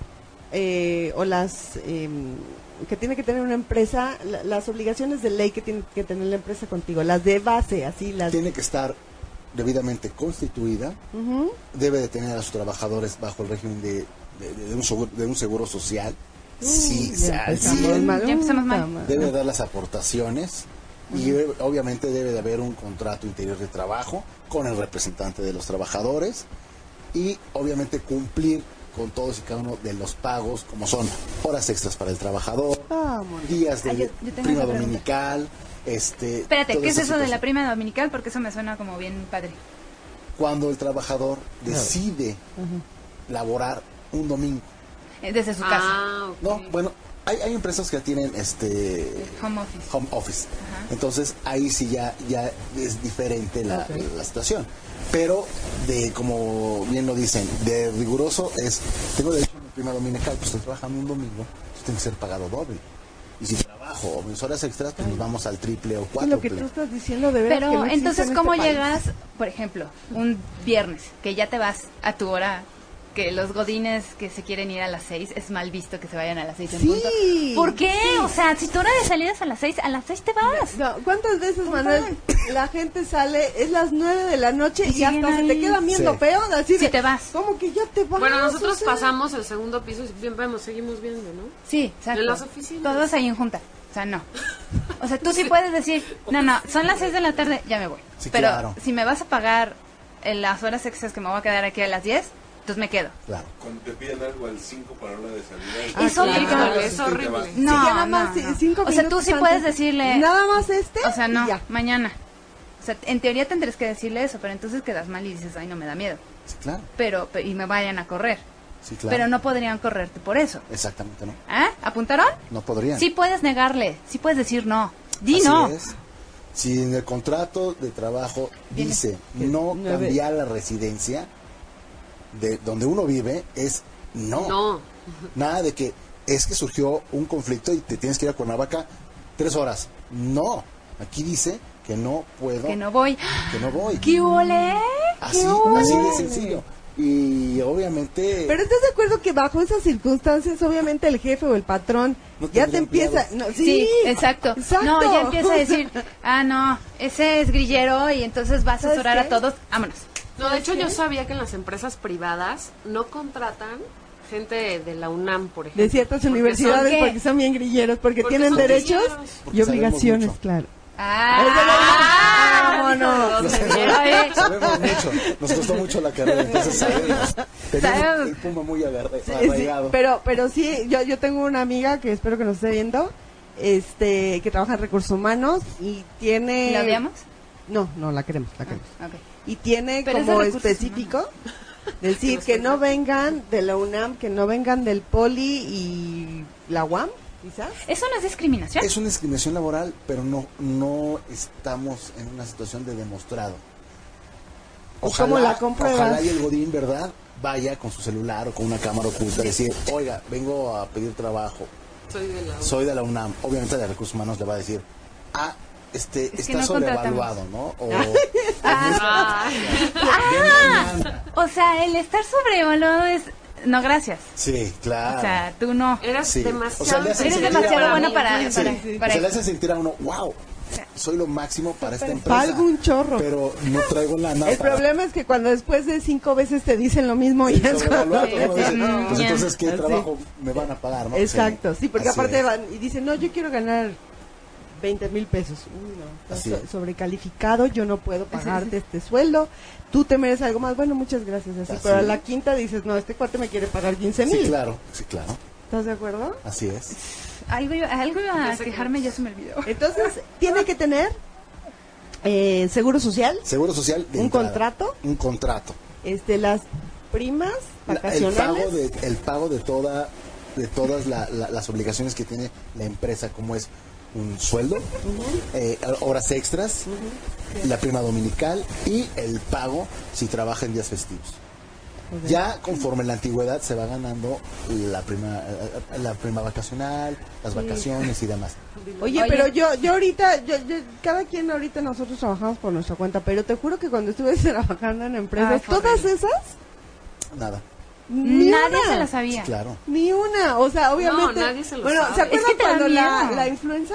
eh, o las eh, que tiene que tener una empresa, la- las obligaciones de ley que tiene que tener la empresa contigo, las de base, así las. Tiene que estar debidamente constituida, Ujú. debe de tener a sus trabajadores bajo el régimen de, de- de un, seguro, de un seguro social. Mm, Sí, Ya o sea, empezamos sí, mal. Ya empezamos pues, mal. Puta madre. debe de dar las aportaciones y eh, obviamente debe de haber un contrato interior de trabajo con el representante de los trabajadores y obviamente cumplir con todos y cada uno de los pagos como son horas extras para el trabajador, Vámonos. días de Ah, yo- yo tengo prima una pregunta. dominical, este Espérate, toda ¿qué es esa eso de situación. la prima dominical? Porque eso me suena como bien padre. cuando el trabajador decide laborar un domingo. Eh, Desde su casa. Ah, ok. No, bueno, hay, hay empresas que tienen este Home office. home office. Entonces ahí sí ya, ya es diferente la, la situación. Pero de como bien lo dicen, de riguroso es, tengo derecho a mi prima dominical, pues estoy trabajando un domingo, pues tengo que ser pagado doble. Y si trabajo o mis horas extras, pues nos vamos al triple o Sí, lo que tú cuádruple. estás diciendo de veras que no Pero existe entonces, en ¿cómo este país. llegas, por ejemplo, un viernes, que ya te vas a tu hora, que los godines que se quieren ir a las 6, es mal visto que se vayan a las 6 en Sí. punto? ¿Por qué? O sea, si tu hora de salida es a las 6, a las 6 te vas. No, ¿Cuántas veces, Manuel, la gente sale, es las 9 de la noche Y y, hasta siguen se te ahí. queda viendo Sí. peor? Así Sí, de, te vas. ¿Cómo que ya te vas? Bueno, nosotros O sea, pasamos el segundo piso y bien vemos, seguimos viendo, ¿no? Sí, exacto. En las oficinas. Todos ahí en junta. O sea, no. O sea, tú sí puedes decir, no, no, son las 6 de la tarde, ya me voy. Sí, Pero claro. si me vas a pagar en las horas extras que me voy a quedar aquí a las 10, entonces me quedo. Claro. Cuando te piden algo al 5 para hora de salida. Ah, Eso claro. Sí, claro, claro. es horrible. No, sí, ya nada no, más, no. eh, cinco O sea, tú minutos sí antes. puedes decirle, Nada más este. O sea, y no, ya. mañana. O sea, en teoría tendrías que decirle eso, pero entonces quedas mal y dices, ay, no me da miedo. Sí, claro. Pero, pe- y me vayan a correr. Sí, claro. Pero no podrían correrte por eso. Exactamente, ¿no? ¿Ah? ¿Apuntaron? No podrían. Sí puedes negarle, sí puedes decir no. Di Así no. es. Si en el contrato de trabajo Viene. dice no Nueve. cambiar la residencia de donde uno vive, es no. No. Nada de que es que surgió un conflicto y te tienes que ir a Cuernavaca tres horas. No. Aquí dice que no puedo, Que no voy. que no voy. ¿Qué ole? Así, así de sencillo. Y obviamente. Pero estás de acuerdo que bajo esas circunstancias, obviamente el jefe o el patrón No ya te tendría empieza. empleados. No, sí, Sí, exacto. exacto. No, ya empieza a decir, ah, no, ese es grillero y entonces va a ¿Sabes asesorar a qué? todos. Vámonos. No, de hecho yo sabía que en las empresas privadas no contratan gente de la UNAM, por ejemplo. De ciertas Porque universidades qué? porque son bien grilleros, porque, Porque tienen son derechos grilleros. Porque y sabemos obligaciones, mucho. claro. Ah, vámonos. son- Oye, Sabemos mucho, nos costó mucho la carrera, entonces sabemos. Tenemos Sabemos. el puma muy agarre- Sí, arraigado. pero, pero sí, yo, yo tengo una amiga que espero que nos esté viendo, este, que trabaja en recursos humanos y tiene. ¿La ¿eh? odiamos? No, no, la queremos, la queremos. Ok. y tiene como Pero es de recursos específico decir que no vengan de la UNAM, que no vengan del Poli y la UAM, quizás. ¿Eso no es discriminación? Es una discriminación laboral, pero no, no estamos en una situación de demostrado. ¿O cómo la compruebas? ojalá y el Godín, ¿verdad? Vaya con su celular o con una cámara oculta a decir, oiga, vengo a pedir trabajo, Soy de la soy de la UNAM. Obviamente de recursos humanos le va a decir, ah, este, que está no sobrevaluado, ¿no? O Ah, Ah, o sea, el estar sobrevaluado es No, gracias. Sí, claro. O sea, tú no. Eras Sí. demasiado. O sea, le haces Eres sentir demasiado a- bueno para- Sí. para- O para- sea, le hace sentir a uno, wow, soy lo máximo para esta empresa. Pago un chorro. Pero no traigo lana. El para- problema es que cuando después de cinco veces te dicen lo mismo y Sí, ya es cuando- sobrevaluado, ¿no? Dice, Mm, Pues ya. entonces, ¿qué Así. trabajo me van a pagar? no? Exacto, sí, porque así aparte es. van y dicen, no, yo quiero ganar 20 mil pesos. Uy, no, estás Así so- es. sobrecalificado, yo no puedo pagarte este sueldo. Tú te mereces algo más. Bueno, muchas gracias. Así, Así pero a es. la quinta dices, no, este cuate me quiere pagar 15 mil. Sí, claro, sí, claro. ¿Estás de acuerdo? Así es. Algo iba, algo iba Ya a sé que- quejarme, ya se me olvidó. Entonces, tiene que tener eh, seguro social, Seguro social. de ¿Un entrada. contrato? Un contrato. este las primas La- el vacacionales. pago de el pago de toda de todas la- la- las obligaciones que tiene la empresa como es un sueldo eh, horas extras la prima dominical y el pago si trabaja en días festivos ya conforme la antigüedad se va ganando la prima eh, la prima vacacional las vacaciones y demás Oye, Oye. pero yo yo ahorita, yo, yo- cada quien ahorita nosotros trabajamos por nuestra cuenta, pero te juro que cuando estuve trabajando en Ay, empresas, Ah, fue todas horrible. esas, nada ni Nadie una, se la sabía. claro ni una, o sea, obviamente, No, nadie se lo bueno, sabe. ¿se acuerdan Es que te da cuando la, miedo. la influenza?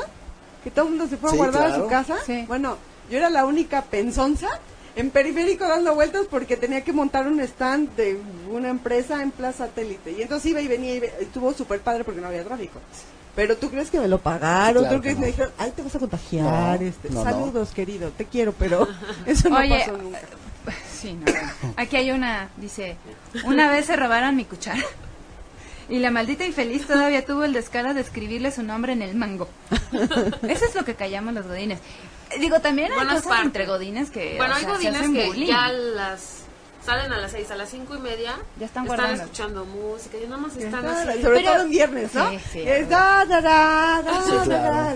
Que todo el mundo se fue a Sí, guardar a claro. su casa, Sí. bueno, yo era la única pensonza en periférico dando vueltas porque tenía que montar un stand de una empresa en Plaza Satélite, y entonces iba y venía y, ve- y estuvo súper padre porque no había tráfico. Pero tú crees que me lo pagaron, Claro tú crees que me que no. dijeron, ay, te vas a contagiar. No, este. no, no. Saludos, querido, te quiero, pero eso no Oye, pasó nunca. Sí, no. Aquí hay una, dice, una vez se robaron mi cuchara. Y la maldita infeliz todavía tuvo el descaro de escribirle su nombre en el mango. Eso es lo que callamos los godines. Digo, también hay Buenas cosas partes. entre godines que Bueno, o hay sea, se godines hacen que bullying. ya las salen a las 6, a las 5 y media. Ya están guardando. escuchando música, ya nada más están Claro, así. sobre Pero- todo en viernes, ¿no? Sí, sí. Es da, da, da, da, Sí, da, claro.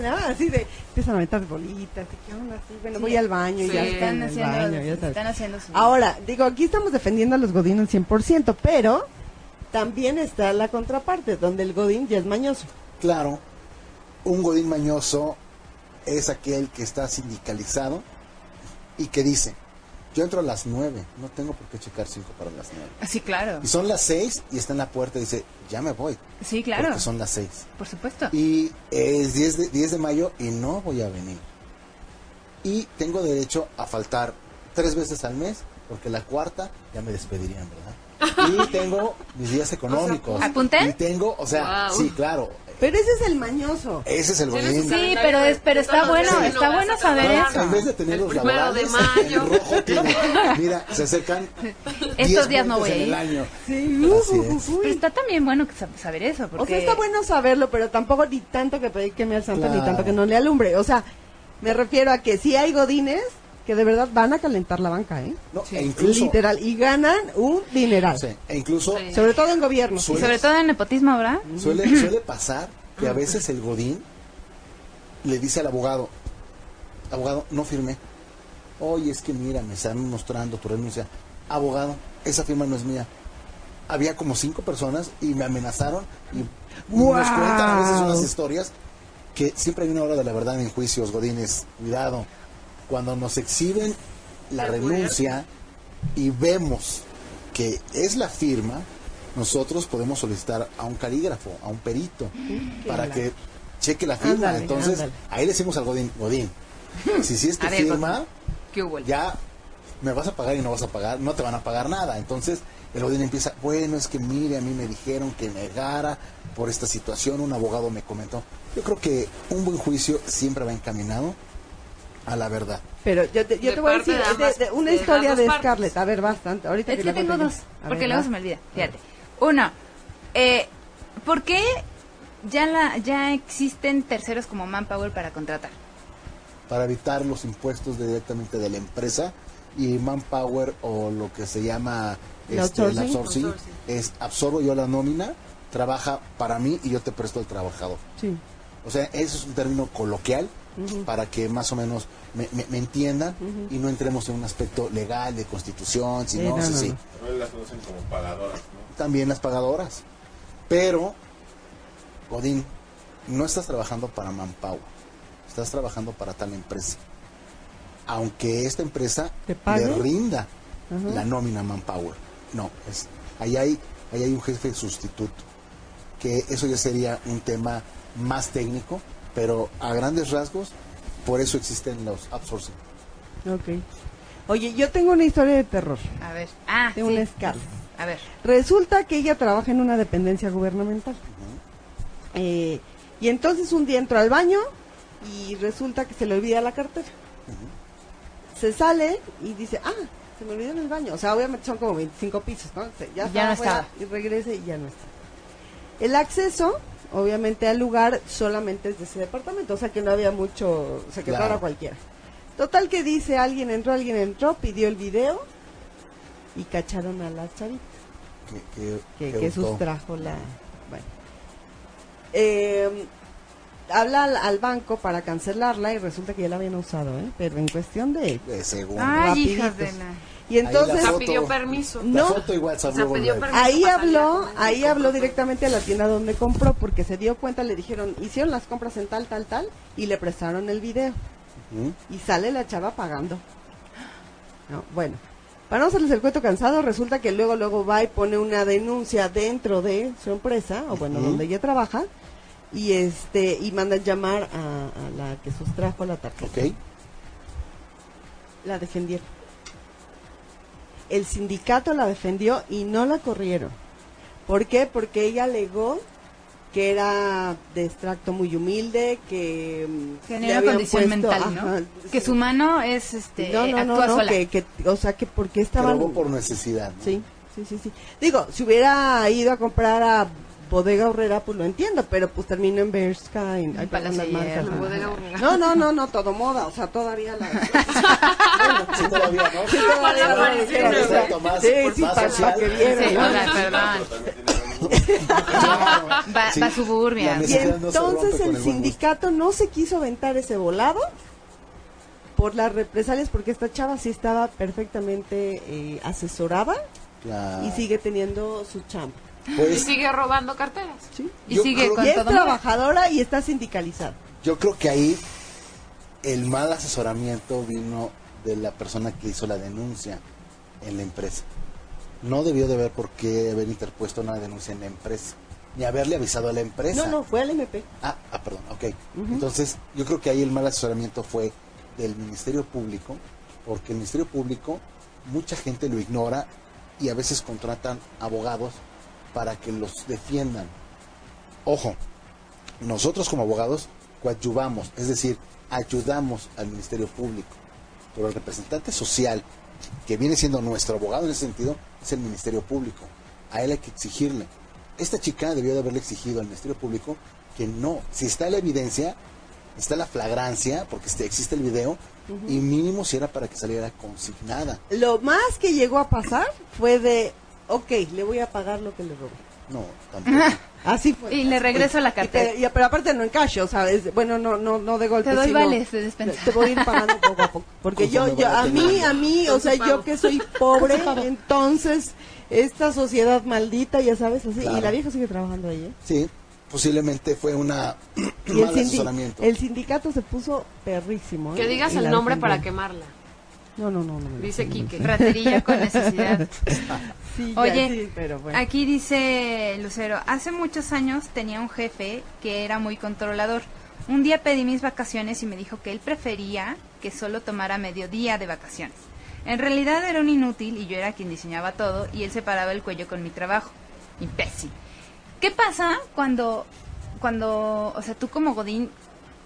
da, da, así de, empiezan a meter bolitas, de, ¿qué onda? Así, bueno, Sí. voy al baño, y Sí. ya Están en el haciendo- baño, ya sabes. están haciendo su- Ahora, digo, aquí estamos defendiendo a los godines 100%, pero también está la contraparte, donde el godín ya es mañoso. Claro, un godín mañoso es aquel que está sindicalizado y que dice, yo entro a las 9, no tengo por qué checar 5 para las 9. Sí, claro. Y son las 6 y está en la puerta y dice, ya me voy, Sí, claro. porque son las 6. Por supuesto. Y es 10 de, 10 de mayo y no voy a venir. Y tengo derecho a faltar tres veces al mes, porque la cuarta ya me despedirían, ¿verdad? Y tengo mis días económicos. ¿apunté? Y tengo, o sea, Wow. sí, claro, Pero ese es el mañoso. ese es el Tienes godín. tu Sí, calendario pero es- pero de está todos los bueno, días, está no bueno vas a saber trabajar. eso. En vez de tener El los primero laborales, de mayo. el rojo tiene. Mira, se acercan. Estos 10 días no voy vueltas a en el ir. año. Sí, uh, Así uh, es. uh, uy. Pero está también bueno que sa- saber eso. Porque... O sea, está bueno saberlo, pero tampoco ni tanto que pedir que me al santo, ni Claro. tanto que no le alumbre. O sea, me refiero a que sí hay godines que de verdad van a calentar la banca, ¿eh? No, e incluso. Literal, y ganan un dineral. sí, e incluso Sí. Sobre todo en gobierno. Su- Y sobre todo en nepotismo, ¿verdad? suele, suele pasar que a veces el Godín le dice al abogado: Abogado, no firmé. Oye, es que mira, me están mostrando tu renuncia. Abogado, esa firma no es mía. Había como cinco personas y me amenazaron y nos cuentan a veces ¡Guau! unas historias que siempre hay una hora de la verdad en juicios, Godines, cuidado. Cuando nos exhiben la Se puede. renuncia y vemos que es la firma, nosotros podemos solicitar a un carígrafo, a un perito, para que cheque la firma. Ándale, Entonces, ándale. ahí le decimos al Godín, Godín, si sí es tu A ver, firma, ¿Qué hubo? ya me vas a pagar y no vas a pagar, no te van a pagar nada. Entonces el Odín empieza, bueno, es que mire, a mí me dijeron que negara por esta situación, un abogado me comentó. Yo creo que un buen juicio siempre va encaminado a la verdad. Pero yo te, yo De te voy a parte decir de de- ambas- de una de las historia dos de partes. Scarlett. A ver, bastante. Ahorita Es que la tengo cuente. dos, A ver, porque luego va. se me olvida. Fíjate. Uno, eh, ¿por qué ya, la, ya existen terceros como Manpower para contratar? para evitar los impuestos directamente de la empresa y manpower o lo que se llama ¿El este, el outsourcing? outsourcing, es absorbo yo la nómina, trabaja para mí y yo te presto el trabajador. Sí. O sea, eso es un término coloquial para que más o menos me, me- me entiendan y no entremos en un aspecto legal de constitución, si Sí, no, no, si no, sí. no. Ahora las conocen como pagadoras, ¿no? También las pagadoras. Pero, Godín, no estás trabajando para Manpower, estás trabajando para tal empresa. Aunque esta empresa ¿Te pague? le rinda Ajá. la nómina Manpower. No, es, ahí hay ahí hay un jefe sustituto, que eso ya sería un tema más técnico, pero a grandes rasgos, por eso existen los outsourcing. Ok. Oye, yo tengo una historia de terror, A ver. Ah, de un sí. escala. A ver. Resulta que ella trabaja en una dependencia gubernamental. Eh, y entonces un día entró al baño y resulta que se le olvida la cartera. Se sale y dice, ah, se me olvidó en el baño. O sea, obviamente son como 25 pisos, ¿no? Se- ya Ya no estaba afuera estaba. Y regrese y ya no está. El acceso, obviamente, al lugar solamente es de ese departamento. O sea, que no había mucho secretario Claro. a cualquiera. Total que dice, alguien entró, alguien entró, pidió el video y cacharon a la chavita Que, que, que, que que gustó. sustrajo la... Bueno. Eh, habla al, al banco para cancelarla y resulta que ya la habían usado, ¿eh? pero en cuestión de... De segundo. Ay, rapiditos. hijas de la. Y entonces... O sea, foto. pidió permiso. no. La foto igual O sea, pidió permiso Ahí para salir a habló, comer y ahí compró habló todo. directamente a la tienda donde compró porque se dio cuenta, le dijeron, hicieron las compras en tal, tal, tal y le prestaron el video ¿Mm? y sale la chava pagando. No, bueno, para no hacerles el cuento cansado, resulta que luego, luego va y pone una denuncia dentro de su empresa, o bueno, Ujú. donde ella trabaja, y este, y mandan llamar a, a la que sustrajo la tarjeta. Ok. La defendieron. El sindicato la defendió y no la corrieron. ¿Por qué? Porque ella alegó que era de extracto muy humilde, que mm, le Genera habían condición puesto- mental, ¿no? ajá, Que su mano es, este, no, no, no, actúa no, sola. que, que, o sea, que porque Que estaban... robó por necesidad. ¿no? Sí, sí, sí, sí. Digo, si hubiera ido a comprar a Bodega Horrera, pues lo entiendo, pero pues termino en Bershka, en, ay, perdón, las Palacio marcas, Hierro, ajá. Bodega Horrera. No, no, no, no, todo moda, o sea, todavía la... Sí, todavía, ¿no? Sí, todavía la- Para parecer, la- exacto, más- sí, más sí, para, social. que vieran. Sí, ¿no? o sea, perdón. Claro. Va, Sí. va suburbia. La Y necesidad no se rompe entonces con el el buen sindicato no se quiso aventar ese volado por las represalias, porque esta chava sí estaba perfectamente eh, asesorada Claro. y sigue teniendo su champ. Y Pues, sigue robando carteras. Sí. Y Yo sigue creo- con Y es todo. mundo. trabajadora y está sindicalizada. Yo creo que ahí el mal asesoramiento vino de la persona que hizo la denuncia en la empresa. No debió de haber por qué haber interpuesto una denuncia en la empresa, ni haberle avisado a la empresa. No, no, fue al MP. Ah, ah, perdón, ok. Entonces, yo creo que ahí el mal asesoramiento fue del Ministerio Público, porque el Ministerio Público, mucha gente lo ignora y a veces contratan abogados para que los defiendan. Ojo, nosotros como abogados coadyuvamos, es decir, ayudamos al Ministerio Público, pero el representante social, que viene siendo nuestro abogado en ese sentido, es el Ministerio Público. A él hay que exigirle. Esta chica debió de haberle exigido al Ministerio Público que no, si está la evidencia, está la flagrancia, porque este- existe el video, y mínimo si era para que saliera consignada. Lo más que llegó a pasar fue de, ok, le voy a pagar lo que le robé. No, tampoco. Así fue. Y le regreso la cartera. Y te- y- pero aparte no en cash, o sea, es- bueno, no, no, no de golpe. Te doy sino- vales de despensa. Te voy a ir pagando poco a poco. Porque yo, Conforme yo, vaya a mí, teniendo. a mí, o sea, yo que soy pobre, entonces, esta sociedad maldita, ya sabes, así. Y Claro. la vieja sigue trabajando ahí, ¿eh? Sí, posiblemente fue una Y el, mal sindi- asesoramiento. el sindicato se puso perrísimo. ¿eh? Que digas Y el la nombre para defendió. quemarla. No, no, no. no, no. Dice Quique. Raterilla con necesidad. Sí, ya, Oye, sí, pero bueno. Aquí dice Lucero, hace muchos años tenía un jefe que era muy controlador. Un día pedí mis vacaciones y me dijo que él prefería que solo tomara mediodía de vacaciones. En realidad era un inútil y yo era quien diseñaba todo y él se paraba el cuello con mi trabajo. Imbécil. ¿Qué pasa cuando, cuando, o sea, tú como Godín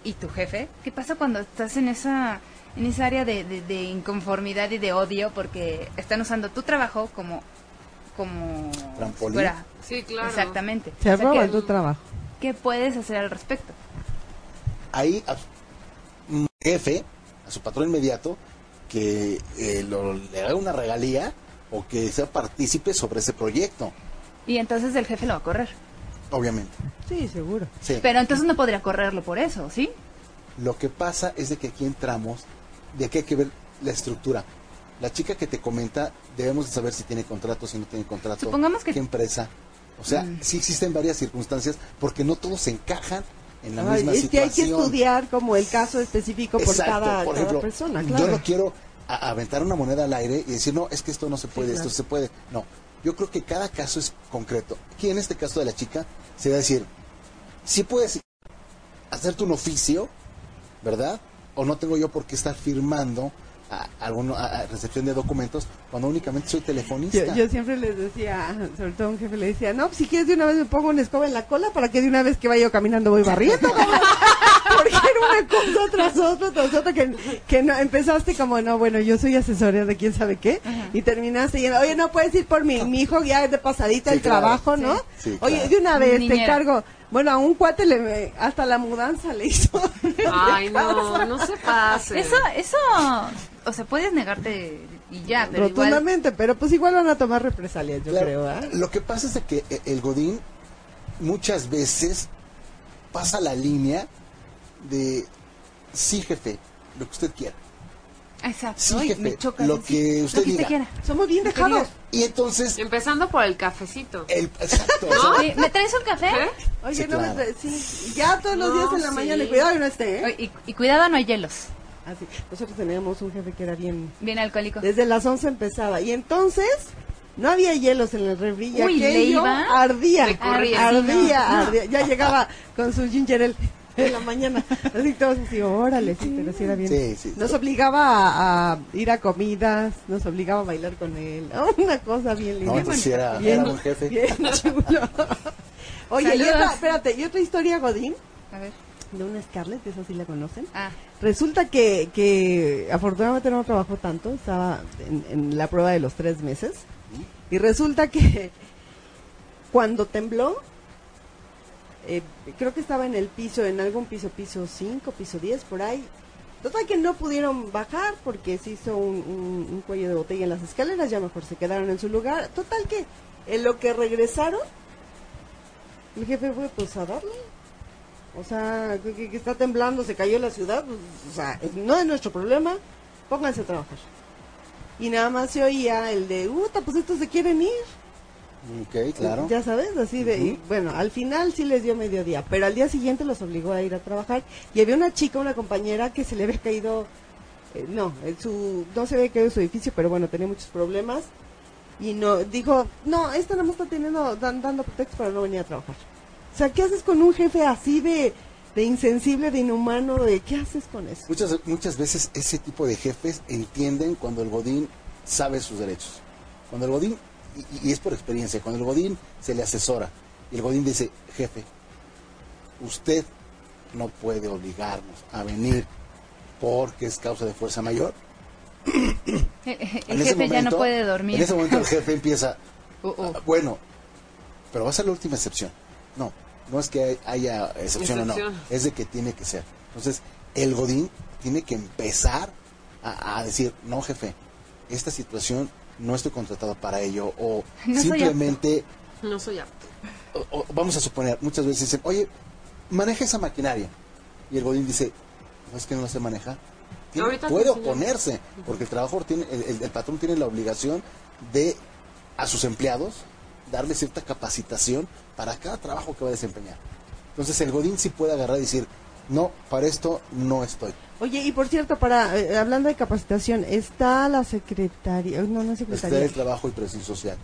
y tu jefe, qué pasa cuando estás en esa, en esa área de, de- de inconformidad y de odio porque están usando tu trabajo como, como Trampolín. fuera- Sí, claro. Exactamente. Se O sea, roban ¿qué, tu trabajo. qué puedes hacer al respecto? Ahí, a, un jefe, a su patrón inmediato, que eh, lo- le haga una regalía o que sea partícipe sobre ese proyecto, Y entonces el jefe lo va a correr. obviamente. Sí, seguro. Sí. Pero entonces no podría correrlo por eso, ¿sí? Lo que pasa es de que aquí entramos, de que hay que ver la estructura. La chica que te comenta, debemos de saber si tiene contrato, si no tiene contrato, Supongamos que- qué empresa. O sea, Mm. sí existen varias circunstancias porque no todos se encajan en la Ay, misma es que situación. hay que estudiar como el caso específico por Exacto, cada, por cada ejemplo, persona, claro. Yo no quiero a- aventar una moneda al aire y decir, no, es que esto no se puede, claro. esto se puede. No, Yo creo que cada caso es concreto. Aquí en este caso de la chica, se va a decir, si puedes hacerte un oficio, ¿verdad? O no tengo yo por qué estar firmando a, alguno- a- a recepción de documentos cuando únicamente soy telefonista. Yo, yo siempre les decía, sobre todo a un jefe le decía, no, pues, si quieres de una vez me pongo una escoba en la cola para que de una vez que vaya yo caminando voy barriendo. cabrón". Porque era una cosa tras otra, tras otra, que, que no, empezaste como, no, bueno, yo soy asesora de quién sabe qué, y terminaste yendo, oye, no puedes ir por mi, mi hijo ya de pasadita Sí, el claro. trabajo, ¿no? Sí. Sí, oye, claro. de una vez te Niñera. encargo. Bueno, a un cuate le, hasta la mudanza le hizo. Ay, no, no se pase. Eso, eso, o sea, puedes negarte y ya, pero igual... Rotundamente, pero pues igual van a tomar represalias, yo Claro, creo, ¿ah? Lo que pasa es de que eh, el Godín muchas veces pasa la línea de sí, jefe, lo que usted quiera. Exacto. Sí, ay, jefe, me choca. lo que usted lo que diga. Te quiera. Somos bien Lo que diga. dejados. Y entonces, Empezando por el cafecito. el, exacto, o sea, Sí, ¿Me traes un café? ¿Ah? ¿Eh? Oye, Sí, no claro. me tra- sí, ya todos los No, días en la sí. mañana, y cuidado que no esté, ¿eh? Oye, Y, y cuidado, no hay hielos. Así. Nosotros teníamos un jefe que era bien. Bien alcohólico. Desde las 11 empezaba. Y entonces, no había hielos en el refri. Y Uy, ¿le aquello iba? ardía. Le Ardía, corría. Sí, no. ardía. Ya llegaba con su ginger ale en la mañana. Así todos así, órale, sí, pero sí era bien. Sí, sí. Nos obligaba a, a ir a comidas, nos obligaba a bailar con él. Una cosa bien linda. no, entonces sí era, Bien, era buen jefe. bien chulo. Oye, y Saludos. otra- espérate, y otra historia, Godín, A ver. de una Scarlett, esa sí la conocen. Ah, Resulta que, que afortunadamente no trabajó tanto, estaba en, en la prueba de los tres meses. Y resulta que cuando tembló, eh, creo que estaba en el piso, en algún piso, piso 5, piso 10, por ahí. Total que no pudieron bajar porque se hizo un, un- un cuello de botella en las escaleras, ya mejor se quedaron en su lugar. Total que en lo que regresaron, mi jefe fue pues a darle. O sea, que, que- que está temblando, se cayó la ciudad, pues, o sea, es- no es nuestro problema, pónganse a trabajar. Y nada más se oía el de, puta, pues estos se quieren ir. Ok, claro. Ya sabes, así de. y bueno, al final sí les dio mediodía, pero al día siguiente los obligó a ir a trabajar. Y había una chica, una compañera, que se le había caído. eh, no, en su, no se había caído su edificio, pero bueno, tenía muchos problemas. Y no dijo: No, esta nada más está teniendo, dan- dando pretexto para no venir a trabajar. O sea, ¿qué haces con un jefe así de, de insensible, de inhumano? de ¿Qué haces con eso? Muchas, muchas veces ese tipo de jefes entienden cuando el Godín sabe sus derechos. Cuando el Godín, y, y es por experiencia, cuando el Godín se le asesora y el Godín dice, jefe, usted no puede obligarnos a venir porque es causa de fuerza mayor. el En ese jefe ya no momento- puede dormir. En ese momento el jefe empieza, Uh, uh. "Ah, bueno, pero va a ser la última excepción. No, no es que hay- haya excepción, o no, Excepción. es de que tiene que ser. Entonces, el Godín tiene que empezar a, a decir, no jefe, esta situación no estoy contratado para ello o No soy simplemente, No soy apto. o- o vamos a suponer, muchas veces dicen, oye, maneja esa maquinaria. Y el Godín dice, no es que no la sé manejar. Tiene- Ahorita te puede enseño. oponerse, porque el trabajo tiene, el, el- el patrón tiene la obligación de a sus empleados darle cierta capacitación para cada trabajo que va a desempeñar. Entonces el Godín sí puede agarrar y decir, no, para esto no estoy. Oye, y por cierto, para eh, hablando de capacitación, está la secretaria. No, no es Está secretaria. el Este trabajo y presión social.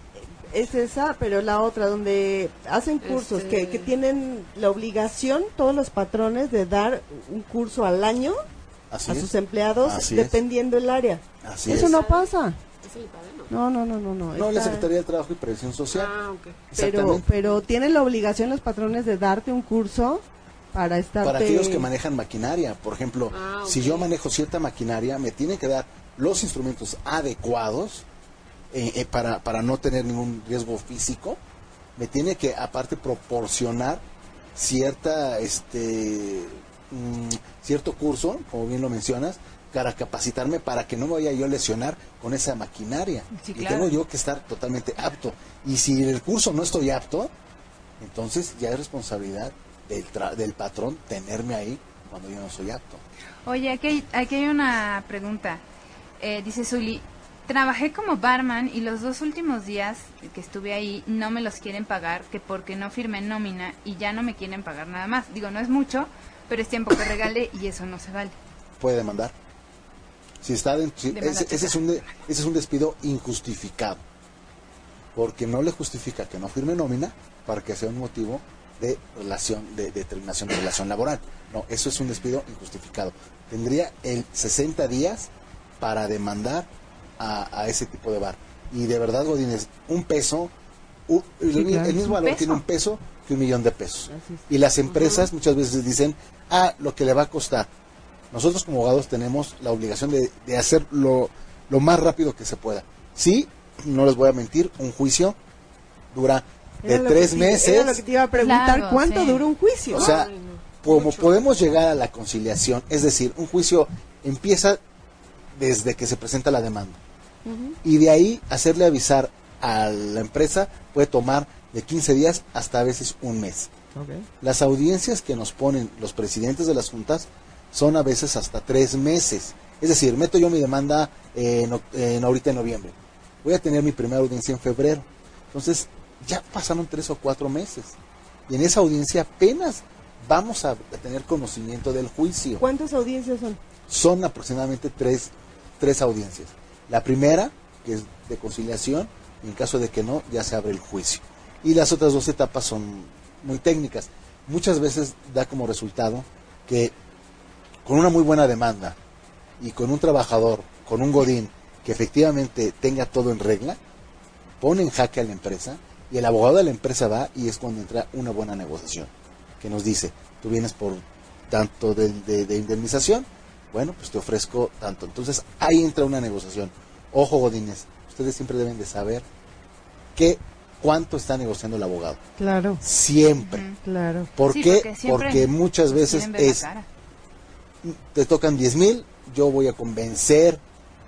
Es esa, pero la otra, donde hacen cursos Este- que, que tienen la obligación, todos los patrones, de dar un curso al año Así a es. sus empleados, Así es. dependiendo el área. Así Eso es. no pasa. Es el padre, ¿no? No, no, no, no. No, No, la está- Secretaría de Trabajo y Previsión Social. Ah, ok. pero, Exactamente. pero tienen la obligación los patrones de darte un curso para estar. Para aquellos que manejan maquinaria, por ejemplo, Ah, ok. si yo manejo cierta maquinaria, me tienen que dar los instrumentos adecuados eh, eh, para, para no tener ningún riesgo físico. Me tiene que, aparte, proporcionar cierta, este, mm, cierto curso, como bien lo mencionas, para capacitarme para que no me vaya yo a lesionar con esa maquinaria. Sí, y claro. tengo yo que estar totalmente apto. Y si en el curso no estoy apto, entonces ya es responsabilidad del, tra- del patrón tenerme ahí cuando yo no soy apto. Oye, aquí hay, aquí hay una pregunta. Eh, dice Zully, trabajé como barman y los dos últimos días que estuve ahí no me los quieren pagar, que porque no firmé nómina y ya no me quieren pagar nada más. Digo, no es mucho, pero es tiempo que regale y eso no se vale. Puede demandar. Si está dentro, si- Demanda ese, ese chica. es un de- ese es un despido injustificado. porque no le justifica que no firme nómina para que sea un motivo de relación de, de terminación de relación laboral. No, eso es un despido injustificado. Tendría el 60 días para demandar a, a ese tipo de bar. Y de verdad, Godínez, un peso, un- el, mi- el mismo valor peso. tiene un peso que un millón de pesos. Así es. Y las empresas muchas veces dicen, ah, lo que le va a costar. Nosotros como abogados tenemos la obligación de, de hacer lo, lo más rápido que se pueda. Sí, no les voy a mentir, un juicio dura de Era lo tres que te- meses. Era lo que te iba a preguntar, Claro, ¿cuánto sí. duró un juicio? O sea, Ay, no. como Mucho. podemos llegar a la conciliación, es decir, un juicio empieza desde que se presenta la demanda. Y de ahí hacerle avisar a la empresa puede tomar de 15 días hasta a veces un mes. Las audiencias que nos ponen los presidentes de las juntas son a veces hasta tres meses. Es decir, meto yo mi demanda eh, en, oc- en ahorita en noviembre. Voy a tener mi primera audiencia en febrero. Entonces, ya pasaron tres o cuatro meses. Y en esa audiencia apenas vamos a, a tener conocimiento del juicio. ¿Cuántas audiencias son? Son aproximadamente tres, tres audiencias. La primera, que es de conciliación, y en caso de que no, ya se abre el juicio. Y las otras dos etapas son muy técnicas. Muchas veces da como resultado que con una muy buena demanda y con un trabajador, con un godín que efectivamente tenga todo en regla, pone en jaque a la empresa y el abogado de la empresa va y es cuando entra una buena negociación que nos dice, tú vienes por tanto de, de- de indemnización, bueno, pues te ofrezco tanto. Entonces ahí entra una negociación. Ojo, godines, ustedes siempre deben de saber qué cuánto está negociando el abogado. Claro, Siempre. claro. ¿Por Sí, qué? porque siempre porque muchas veces Quieren ver la Pues es cara. te tocan 10 mil, yo voy a convencer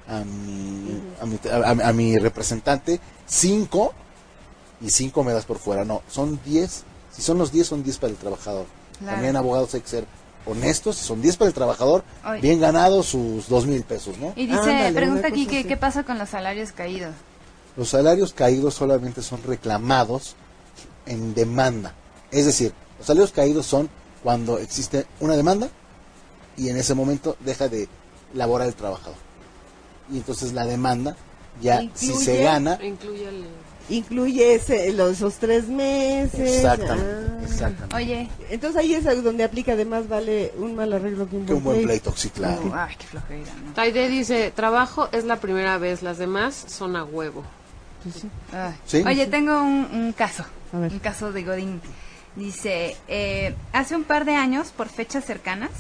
a mi, a mi, a- a mi representante 5 y 5 me das por fuera. No, son 10. Si son los 10, son 10 para el trabajador. Claro. También abogados hay que ser honestos. Si son 10 para el trabajador, Ay. bien ganados sus 2 mil pesos, ¿no? Y dice, Ándale, una pregunta aquí cosa que así. qué pasa con los salarios caídos. Los salarios caídos solamente son reclamados en demanda. Es decir, los salarios caídos son cuando existe una demanda y en ese momento deja de laborar el trabajador. Y entonces la demanda ya si se Incluye- gana, Incluye el... Incluye ese, los, esos tres meses. exactamente, Ah. exactamente. Oye, Entonces ahí es donde aplica además vale un mal arreglo que un que buen, un buen pleito. pleito, sí, claro. uh, ay, qué flojera, ¿no? Taide dice, trabajo es la primera vez, las demás son a huevo. Pues Ay. Sí. Oye, tengo un, un caso, A ver. un caso de Godín. Dice, eh, hace un par de años, por fechas cercanas,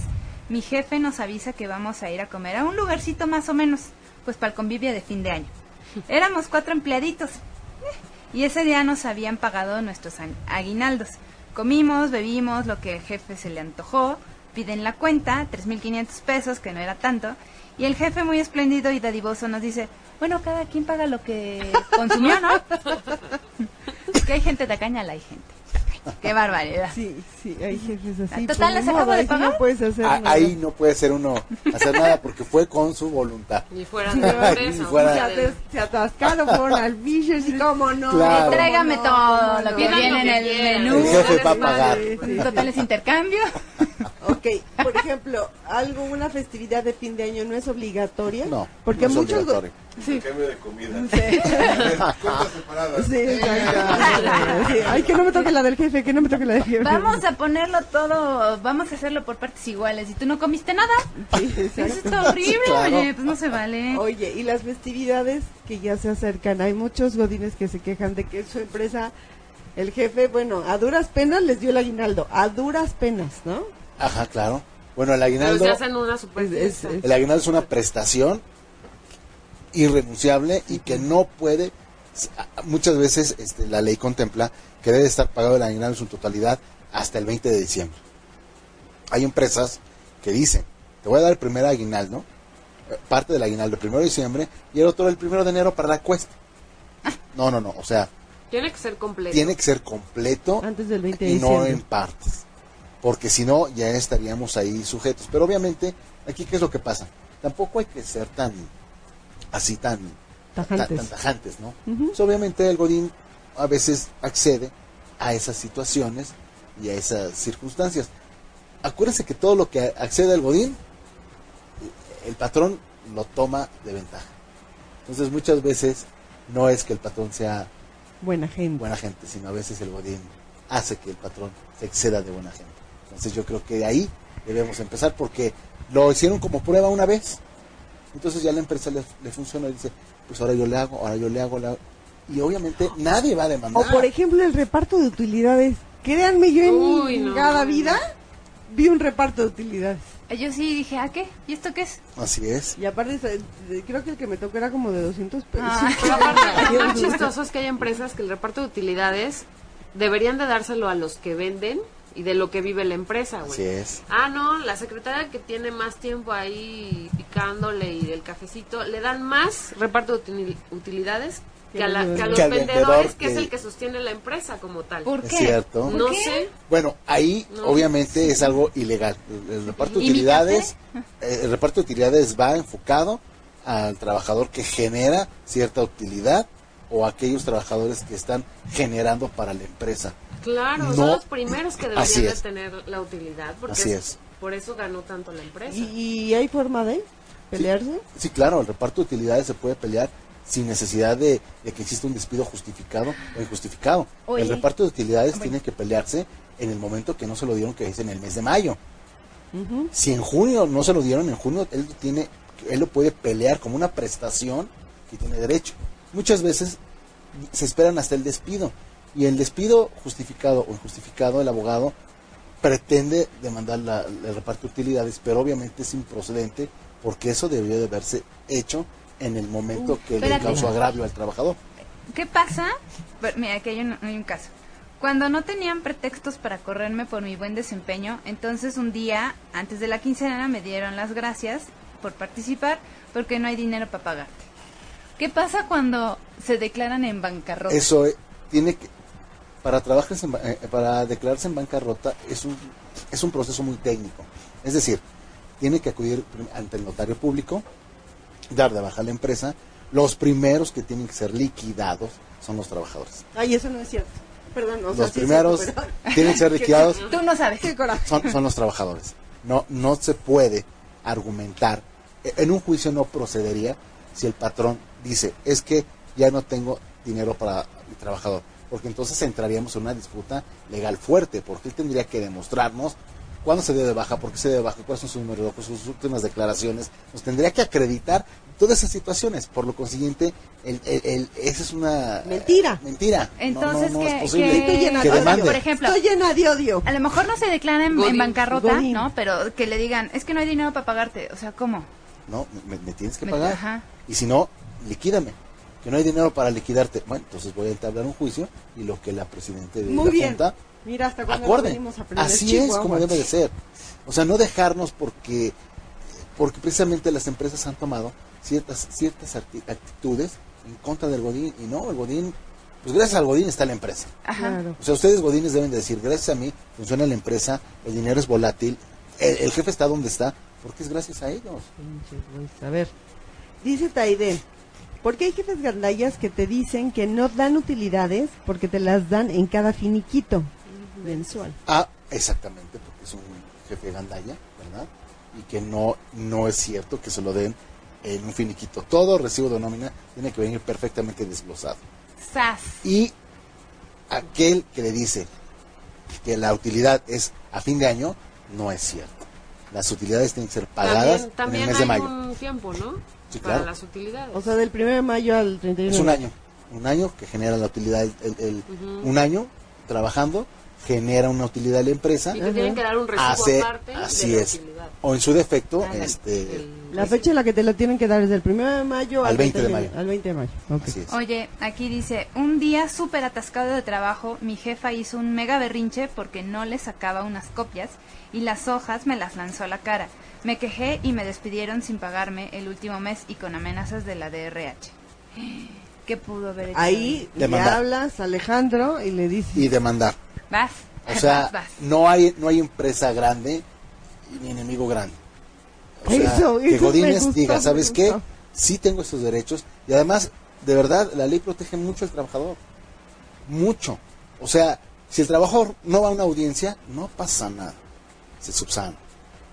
mi jefe nos avisa que vamos a ir a comer a un lugarcito más o menos, pues para el convivio de fin de año. Éramos cuatro empleaditos eh, y ese día nos habían pagado nuestros an- aguinaldos. Comimos, bebimos, lo que el jefe se le antojó, piden la cuenta, 3.500 pesos, que no era tanto, y el jefe muy espléndido y dadivoso nos dice, bueno, cada quien paga lo que consumió, ¿no? que hay gente tacaña, la hay gente. tacaña. Qué barbaridad. Sí, sí, hay jefes así. Total, pues, les ni acabo modo, de ahí sí pagar. No puedes hacer A- nada. Ah, ahí no puede ser uno hacer nada porque fue con su voluntad. Ni fuera Sí, de la ¿verdad? empresa. Ni fuera- o Se, pues, sea, ates- de- se atascaron, fueron al Villers y cómo no. Claro. cómo Entrégame no, todo cómo lo no. que Pidan viene lo en el quieran. menú. El jefe va a pagar. Total es intercambio. Ok, por ejemplo, algo, una festividad de fin de año no es obligatoria. No, porque no es muchos. go- obligatorio. El cambio de comida. Sí. Cuentas separadas. Sí, exacto. Sí, Ay, que no me toque la del jefe, que no me toque la del jefe. Vamos a ponerlo todo, vamos a hacerlo por partes iguales. Y tú no comiste nada. Sí, exacto. Eso está horrible, Claro. oye, pues no se vale. Oye, y las festividades que ya se acercan. Hay muchos godines que se quejan de que su empresa, el jefe, bueno, a duras penas les dio el aguinaldo. A duras penas, ¿no? Ajá, claro. Bueno, el Pero aguinaldo se hacen una super Es- es- fiesta. El aguinaldo es una prestación irrenunciable y que no puede, muchas veces este, la ley contempla que debe estar pagado el aguinaldo en su totalidad hasta el 20 de diciembre. Hay empresas que dicen, te voy a dar el primer aguinaldo, eh, parte del aguinaldo el 1 de diciembre y el otro el 1 de enero para la cuesta. No, no, no, o sea, Tiene que ser completo. tiene que ser completo Antes del 20 de y no diciembre. en partes. Porque si no, ya estaríamos ahí sujetos. Pero obviamente, aquí, ¿qué es lo que pasa? Tampoco hay que ser tan, así tan, tan, Tajantes. tan tajantes, ¿no? Ujú. Pues, obviamente, el Godín a veces accede a esas situaciones y a esas circunstancias. Acuérdense que todo lo que accede al Godín, el patrón lo toma de ventaja. Entonces, muchas veces no es que el patrón sea buena gente. buena gente, sino a veces el godín hace que el patrón se exceda de buena gente. Entonces yo creo que de ahí debemos empezar porque lo hicieron como prueba una vez. Entonces ya la empresa le, le funciona y dice, pues ahora yo le hago, ahora yo le hago, le hago. y obviamente nadie va a demandar. O por ejemplo el reparto de utilidades. Créanme, yo en Uy, no. cada vida vi un reparto de utilidades. Yo sí dije, ¿ah qué? ¿Y esto qué es? Así es. Y aparte, se- se- creo que el que me tocó era como de 200 pesos. Ah. Pero aparte, lo más chistoso es que hay empresas que el reparto de utilidades deberían de dárselo a los que venden y de lo que vive la empresa, güey. Así es. Ah, no, la secretaria que tiene más tiempo ahí picándole y el cafecito, le dan más reparto de util- utilidades que a, la- que a los Que al vendedor vendedores, que es que- el que sostiene la empresa como tal. ¿Por Es qué? cierto. ¿Por No qué? sé. Bueno, ahí No. obviamente es algo ilegal. El, el reparto de Imítate. utilidades, eh, el reparto de utilidades va enfocado al trabajador que genera cierta utilidad o a aquellos trabajadores que están generando para la empresa. Claro, No. son los primeros que deberían Así de es. tener la utilidad, porque Así es- es. por eso ganó tanto la empresa. ¿Y, y hay forma de pelearse? Sí, claro, el reparto de utilidades se puede pelear sin necesidad de, de que exista un despido justificado o injustificado. Oye. El reparto de utilidades Bueno. tiene que pelearse en el momento que no se lo dieron, que es en el mes de mayo. Si en junio no se lo dieron, en junio él tiene, él lo puede pelear como una prestación que tiene derecho. Muchas veces se esperan hasta el despido y el despido justificado o injustificado, el abogado pretende demandar la- el reparto de utilidades, pero obviamente es improcedente porque eso debió de haberse hecho en el momento que espérate. le causó agravio al trabajador. ¿Qué pasa? Pero, Mira, aquí hay un, hay un caso. Cuando no tenían pretextos para correrme por mi buen desempeño, entonces un día, antes de la quincena, me dieron las gracias por participar porque no hay dinero para pagarte. ¿Qué pasa cuando se declaran en bancarrota? Eso eh, tiene que para trabajarse en ba- eh, para declararse en bancarrota es un es un proceso muy técnico. Es decir, tiene que acudir prim- ante el notario público, dar de baja a la empresa. Los primeros que tienen que ser liquidados son los trabajadores. Ay, eso no es cierto. Perdón, o sea, los sí es primeros cierto, pero- tienen que ser liquidados Tú no sabes. Qué coraje. son, son los trabajadores. No, no se puede argumentar. E- En un juicio no procedería si el patrón dice, es que ya no tengo dinero para mi trabajador. Porque entonces entraríamos en una disputa legal fuerte, porque él tendría que demostrarnos cuándo se dio de baja, por qué se dio de baja, cuáles son sus números, locos, sus últimas declaraciones. Nos tendría que acreditar todas esas situaciones. Por lo consiguiente, el, el- el- esa es una... Mentira. Mentira. No, Entonces, no, no que- es posible. que- Estoy llena que de odio. demande. Por ejemplo, Estoy llena de odio. a lo mejor no se declaran en, en Godín. bancarrota, Godín. ¿no? Pero que le digan, es que no hay dinero para pagarte. O sea, ¿cómo? No, me, me tienes que Me- pagar. ajá. Y si no, liquídame. Que no hay dinero para liquidarte. Bueno, entonces voy a entablar un juicio y lo que la presidente de Muy la bien. Junta Mira, hasta cuando acorde. venimos a aprender Así es Chihuahua. como debe de ser. O sea, no dejarnos porque porque precisamente las empresas han tomado ciertas ciertas acti- actitudes en contra del Godín y no, el Godín pues gracias al Godín está la empresa. Ajá. Claro. O sea, ustedes godines deben de decir, gracias a mí funciona la empresa, el dinero es volátil, el, el jefe está donde está, porque es gracias a ellos. Pinches güeyes. A ver. Dice Taide, ¿por qué hay jefes gandallas que te dicen que no dan utilidades porque te las dan en cada finiquito mensual? Ah, exactamente, porque es un jefe gandalla, ¿verdad? Y que no, no es cierto que se lo den en un finiquito. Todo recibo de nómina tiene que venir perfectamente desglosado. Sas. Y aquel que le dice que la utilidad es a fin de año, no es cierto. Las utilidades tienen que ser pagadas también también en el mes hay de mayo. un tiempo, ¿no? Sí, claro. Para las utilidades. O sea, del 1 de mayo al 31 Es Mm. un año. Un año que genera la utilidad. el- el- el- Un año trabajando genera una utilidad a la empresa. y te tienen que dar un recibo hace, aparte así de la es. utilidad. O en su defecto, Ah, el- este, el- La fecha en la que te la tienen que dar es del 1 de mayo Al 20 de 31 mayo. Al 20 de mayo. ok. así es. Oye, aquí dice, un día súper atascado de trabajo, mi jefa hizo un mega berrinche porque no le sacaba unas copias y las hojas me las lanzó a la cara. Me quejé y me despidieron sin pagarme el último mes y con amenazas de la DRH. ¿Qué pudo haber hecho? Ahí le Demandar. hablas a Alejandro y le dices, Y demandar. Vas. O sea, vas, vas. no hay, no hay empresa grande ni enemigo grande. O sea, Eso, que eso me Godínez gustó, diga, me ¿sabes qué? gustó". Sí tengo esos derechos. Y además, de verdad, la ley protege mucho al trabajador. Mucho. O sea, si el trabajador no va a una audiencia, no pasa nada. Se subsana.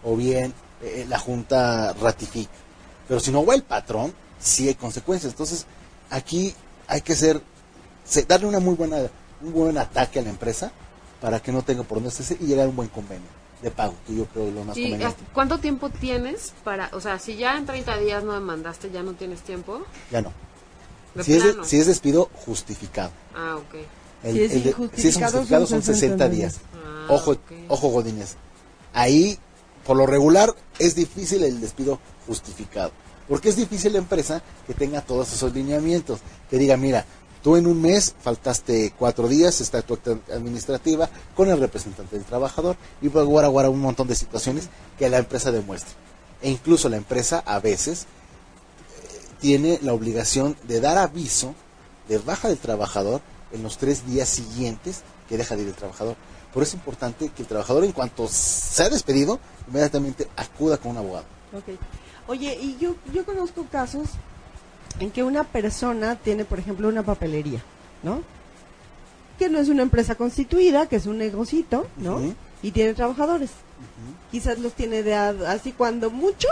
O bien, eh, la Junta ratifica. Pero si no va el patrón, sí hay consecuencias. Entonces, aquí hay que ser se- darle una muy buena, un buen ataque a la empresa para que no tenga por dónde hacerse y llegar a un buen convenio de pago, que yo creo es lo más ¿Y conveniente. hasta cuánto tiempo tienes para, o sea, si ya en 30 días no demandaste, ya no tienes tiempo? Ya no. De Si es, de- plano. si es despido, justificado. Ah, ok. El- Si es el de- injustificado, si es injustificado, son son 60 60 días. Ah, Ojo, ok. ojo Godínez. Ahí, por lo regular, es difícil el despido justificado. Porque es difícil la empresa que tenga todos esos lineamientos. Que diga, mira, tú en un mes faltaste cuatro días, está tu acta administrativa con el representante del trabajador y pues guara guara un montón de situaciones que la empresa demuestre. E incluso la empresa a veces eh, tiene la obligación de dar aviso de baja del trabajador en los tres días siguientes que deja de ir el trabajador. Por eso es importante que el trabajador, en cuanto se ha despedido, inmediatamente acuda con un abogado. Ok. Oye, y yo, yo conozco casos en que una persona tiene, por ejemplo, una papelería, ¿no? Que no es una empresa constituida, que es un negocito, ¿no? Ujú. Y tiene trabajadores. Quizás los tiene de a- así cuando mucho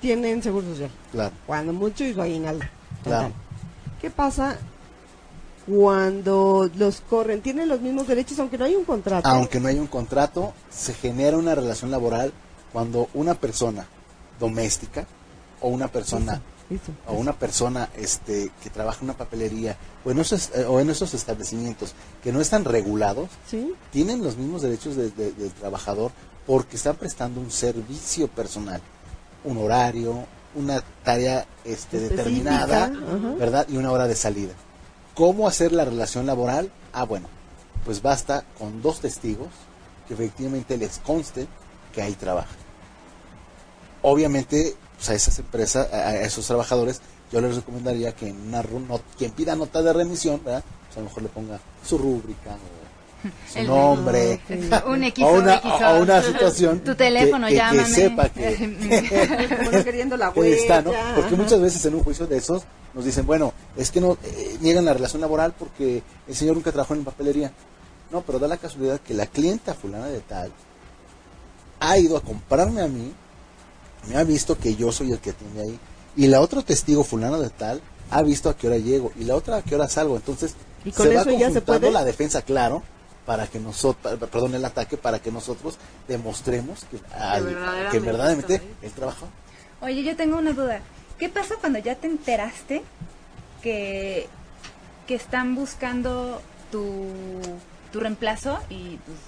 tienen seguro social, Claro, cuando mucho y su aguinaldo. claro. ¿Qué pasa cuando los corren? Tienen los mismos derechos aunque no hay un contrato. Aunque no haya un contrato, se genera una relación laboral cuando una persona doméstica o una persona Eso. o una persona este que trabaja en una papelería o en esos, eh, o en esos establecimientos que no están regulados ¿Sí? tienen los mismos derechos de- de- del trabajador porque están prestando un servicio personal, un horario, una tarea este, Específica, determinada, ajá. ¿verdad? Y una hora de salida. ¿Cómo hacer la relación laboral? Ah, bueno, pues basta con dos testigos que efectivamente les conste que ahí trabaja. Obviamente, pues, a esas empresas, a, a esos trabajadores, yo les recomendaría que en una ru- no- quien pida nota de remisión, ¿verdad? Pues a lo mejor le ponga su rúbrica o su El- nombre Un X o una, X, o una situación Tu teléfono, que, que- que llámame. sepa que, Bueno, queriendo la que está, ¿no? huella, Porque ajá. muchas veces en un juicio de esos nos dicen, bueno, es que no eh, niegan la relación laboral porque el señor nunca trabajó en papelería. No, pero da la casualidad que la clienta fulana de tal ha ido a comprarme a mí, me ha visto que yo soy el que tiene ahí, y la otra testigo fulana de tal ha visto a qué hora llego y la otra a qué hora salgo. Entonces, ¿Y con va eso ya se conjuntando puede? la defensa, claro, para que nosotros, perdón, el ataque, para que nosotros demostremos que, al- verdaderamente que verdaderamente está ahí. el trabajo Oye, yo tengo una duda. ¿Qué pasa cuando ya te enteraste que, que están buscando tu, tu reemplazo y pues,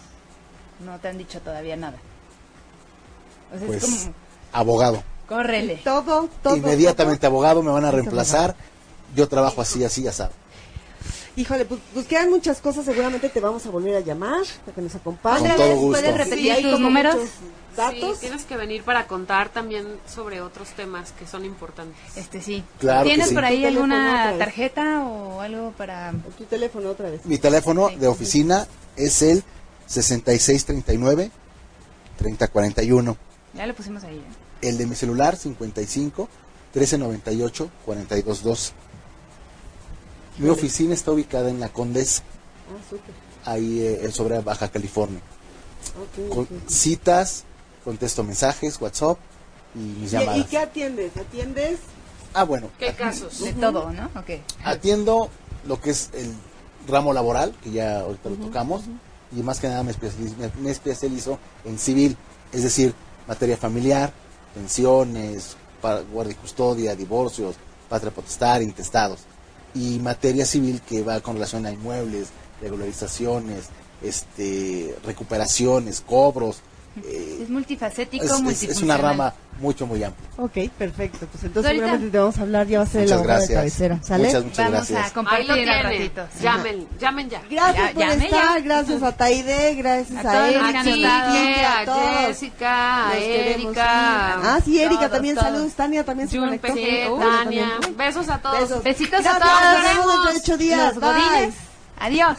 no te han dicho todavía nada? O sea, Pues, es como, abogado. córrele. Todo, todo. Inmediatamente, abogado, me van a Todo reemplazar. Yo trabajo así, así, asado. todo. Híjole, pues, pues quedan muchas cosas. Seguramente te vamos a volver a llamar para que nos acompañes. ¿Otra Con todo vez gusto. puedes Sí, repetir hay tus como números? muchos Datos. Sí, tienes que venir para contar también sobre otros temas que son importantes. Este sí. Claro que ¿Tienes sí. por ahí Tu teléfono otra alguna vez. tarjeta o algo para O tu teléfono otra vez. Mi teléfono de oficina es el 6639 3041. Ya lo pusimos ahí. ¿eh? El de mi celular 55 1398 4212. Mi oficina está ubicada en la Condesa, Ah, súper. ahí eh, sobre Baja California. Ok, Con ok. citas, contesto mensajes, WhatsApp y mis ¿Y, y llamadas. qué atiendes? ¿Atiendes? Ah, bueno, ¿Qué casos? De todo, ¿no? Ok. Atiendo lo que es el ramo laboral, que ya ahorita lo tocamos, y más que nada me especializo, me, me especializo en civil, es decir, materia familiar, pensiones, pa- guardia y custodia, divorcios, patria potestad, intestados, y materia civil que va con relación a inmuebles, regularizaciones, este, recuperaciones, cobros. eh, Es multifacético, es- es- es una multifuncional. rama mucho, muy amplia. Ok, perfecto. Pues entonces Ahorita. seguramente te vamos a hablar. Ya va a ser el Muchas abogado de gracias. cabecera. ¿Sale? Muchas, muchas Vamos gracias. a Ahí lo compartir al tienen. ratito. sí. Llamen, llamen ya. Gracias Ya- por llame estar. ya. Gracias a Taide. Gracias A todos a, los él, que A han Kike, Erika, a Jessica, a Erika. Ah, sí, Erika Todos, también. todos. Saludos. Tania también se Jun conectó. Peje, Sí, Tania. también. Besos a todos. Besos. Besitos a Gracias, todos. nos vemos dentro de ocho días. Los Bye. godines. Adiós.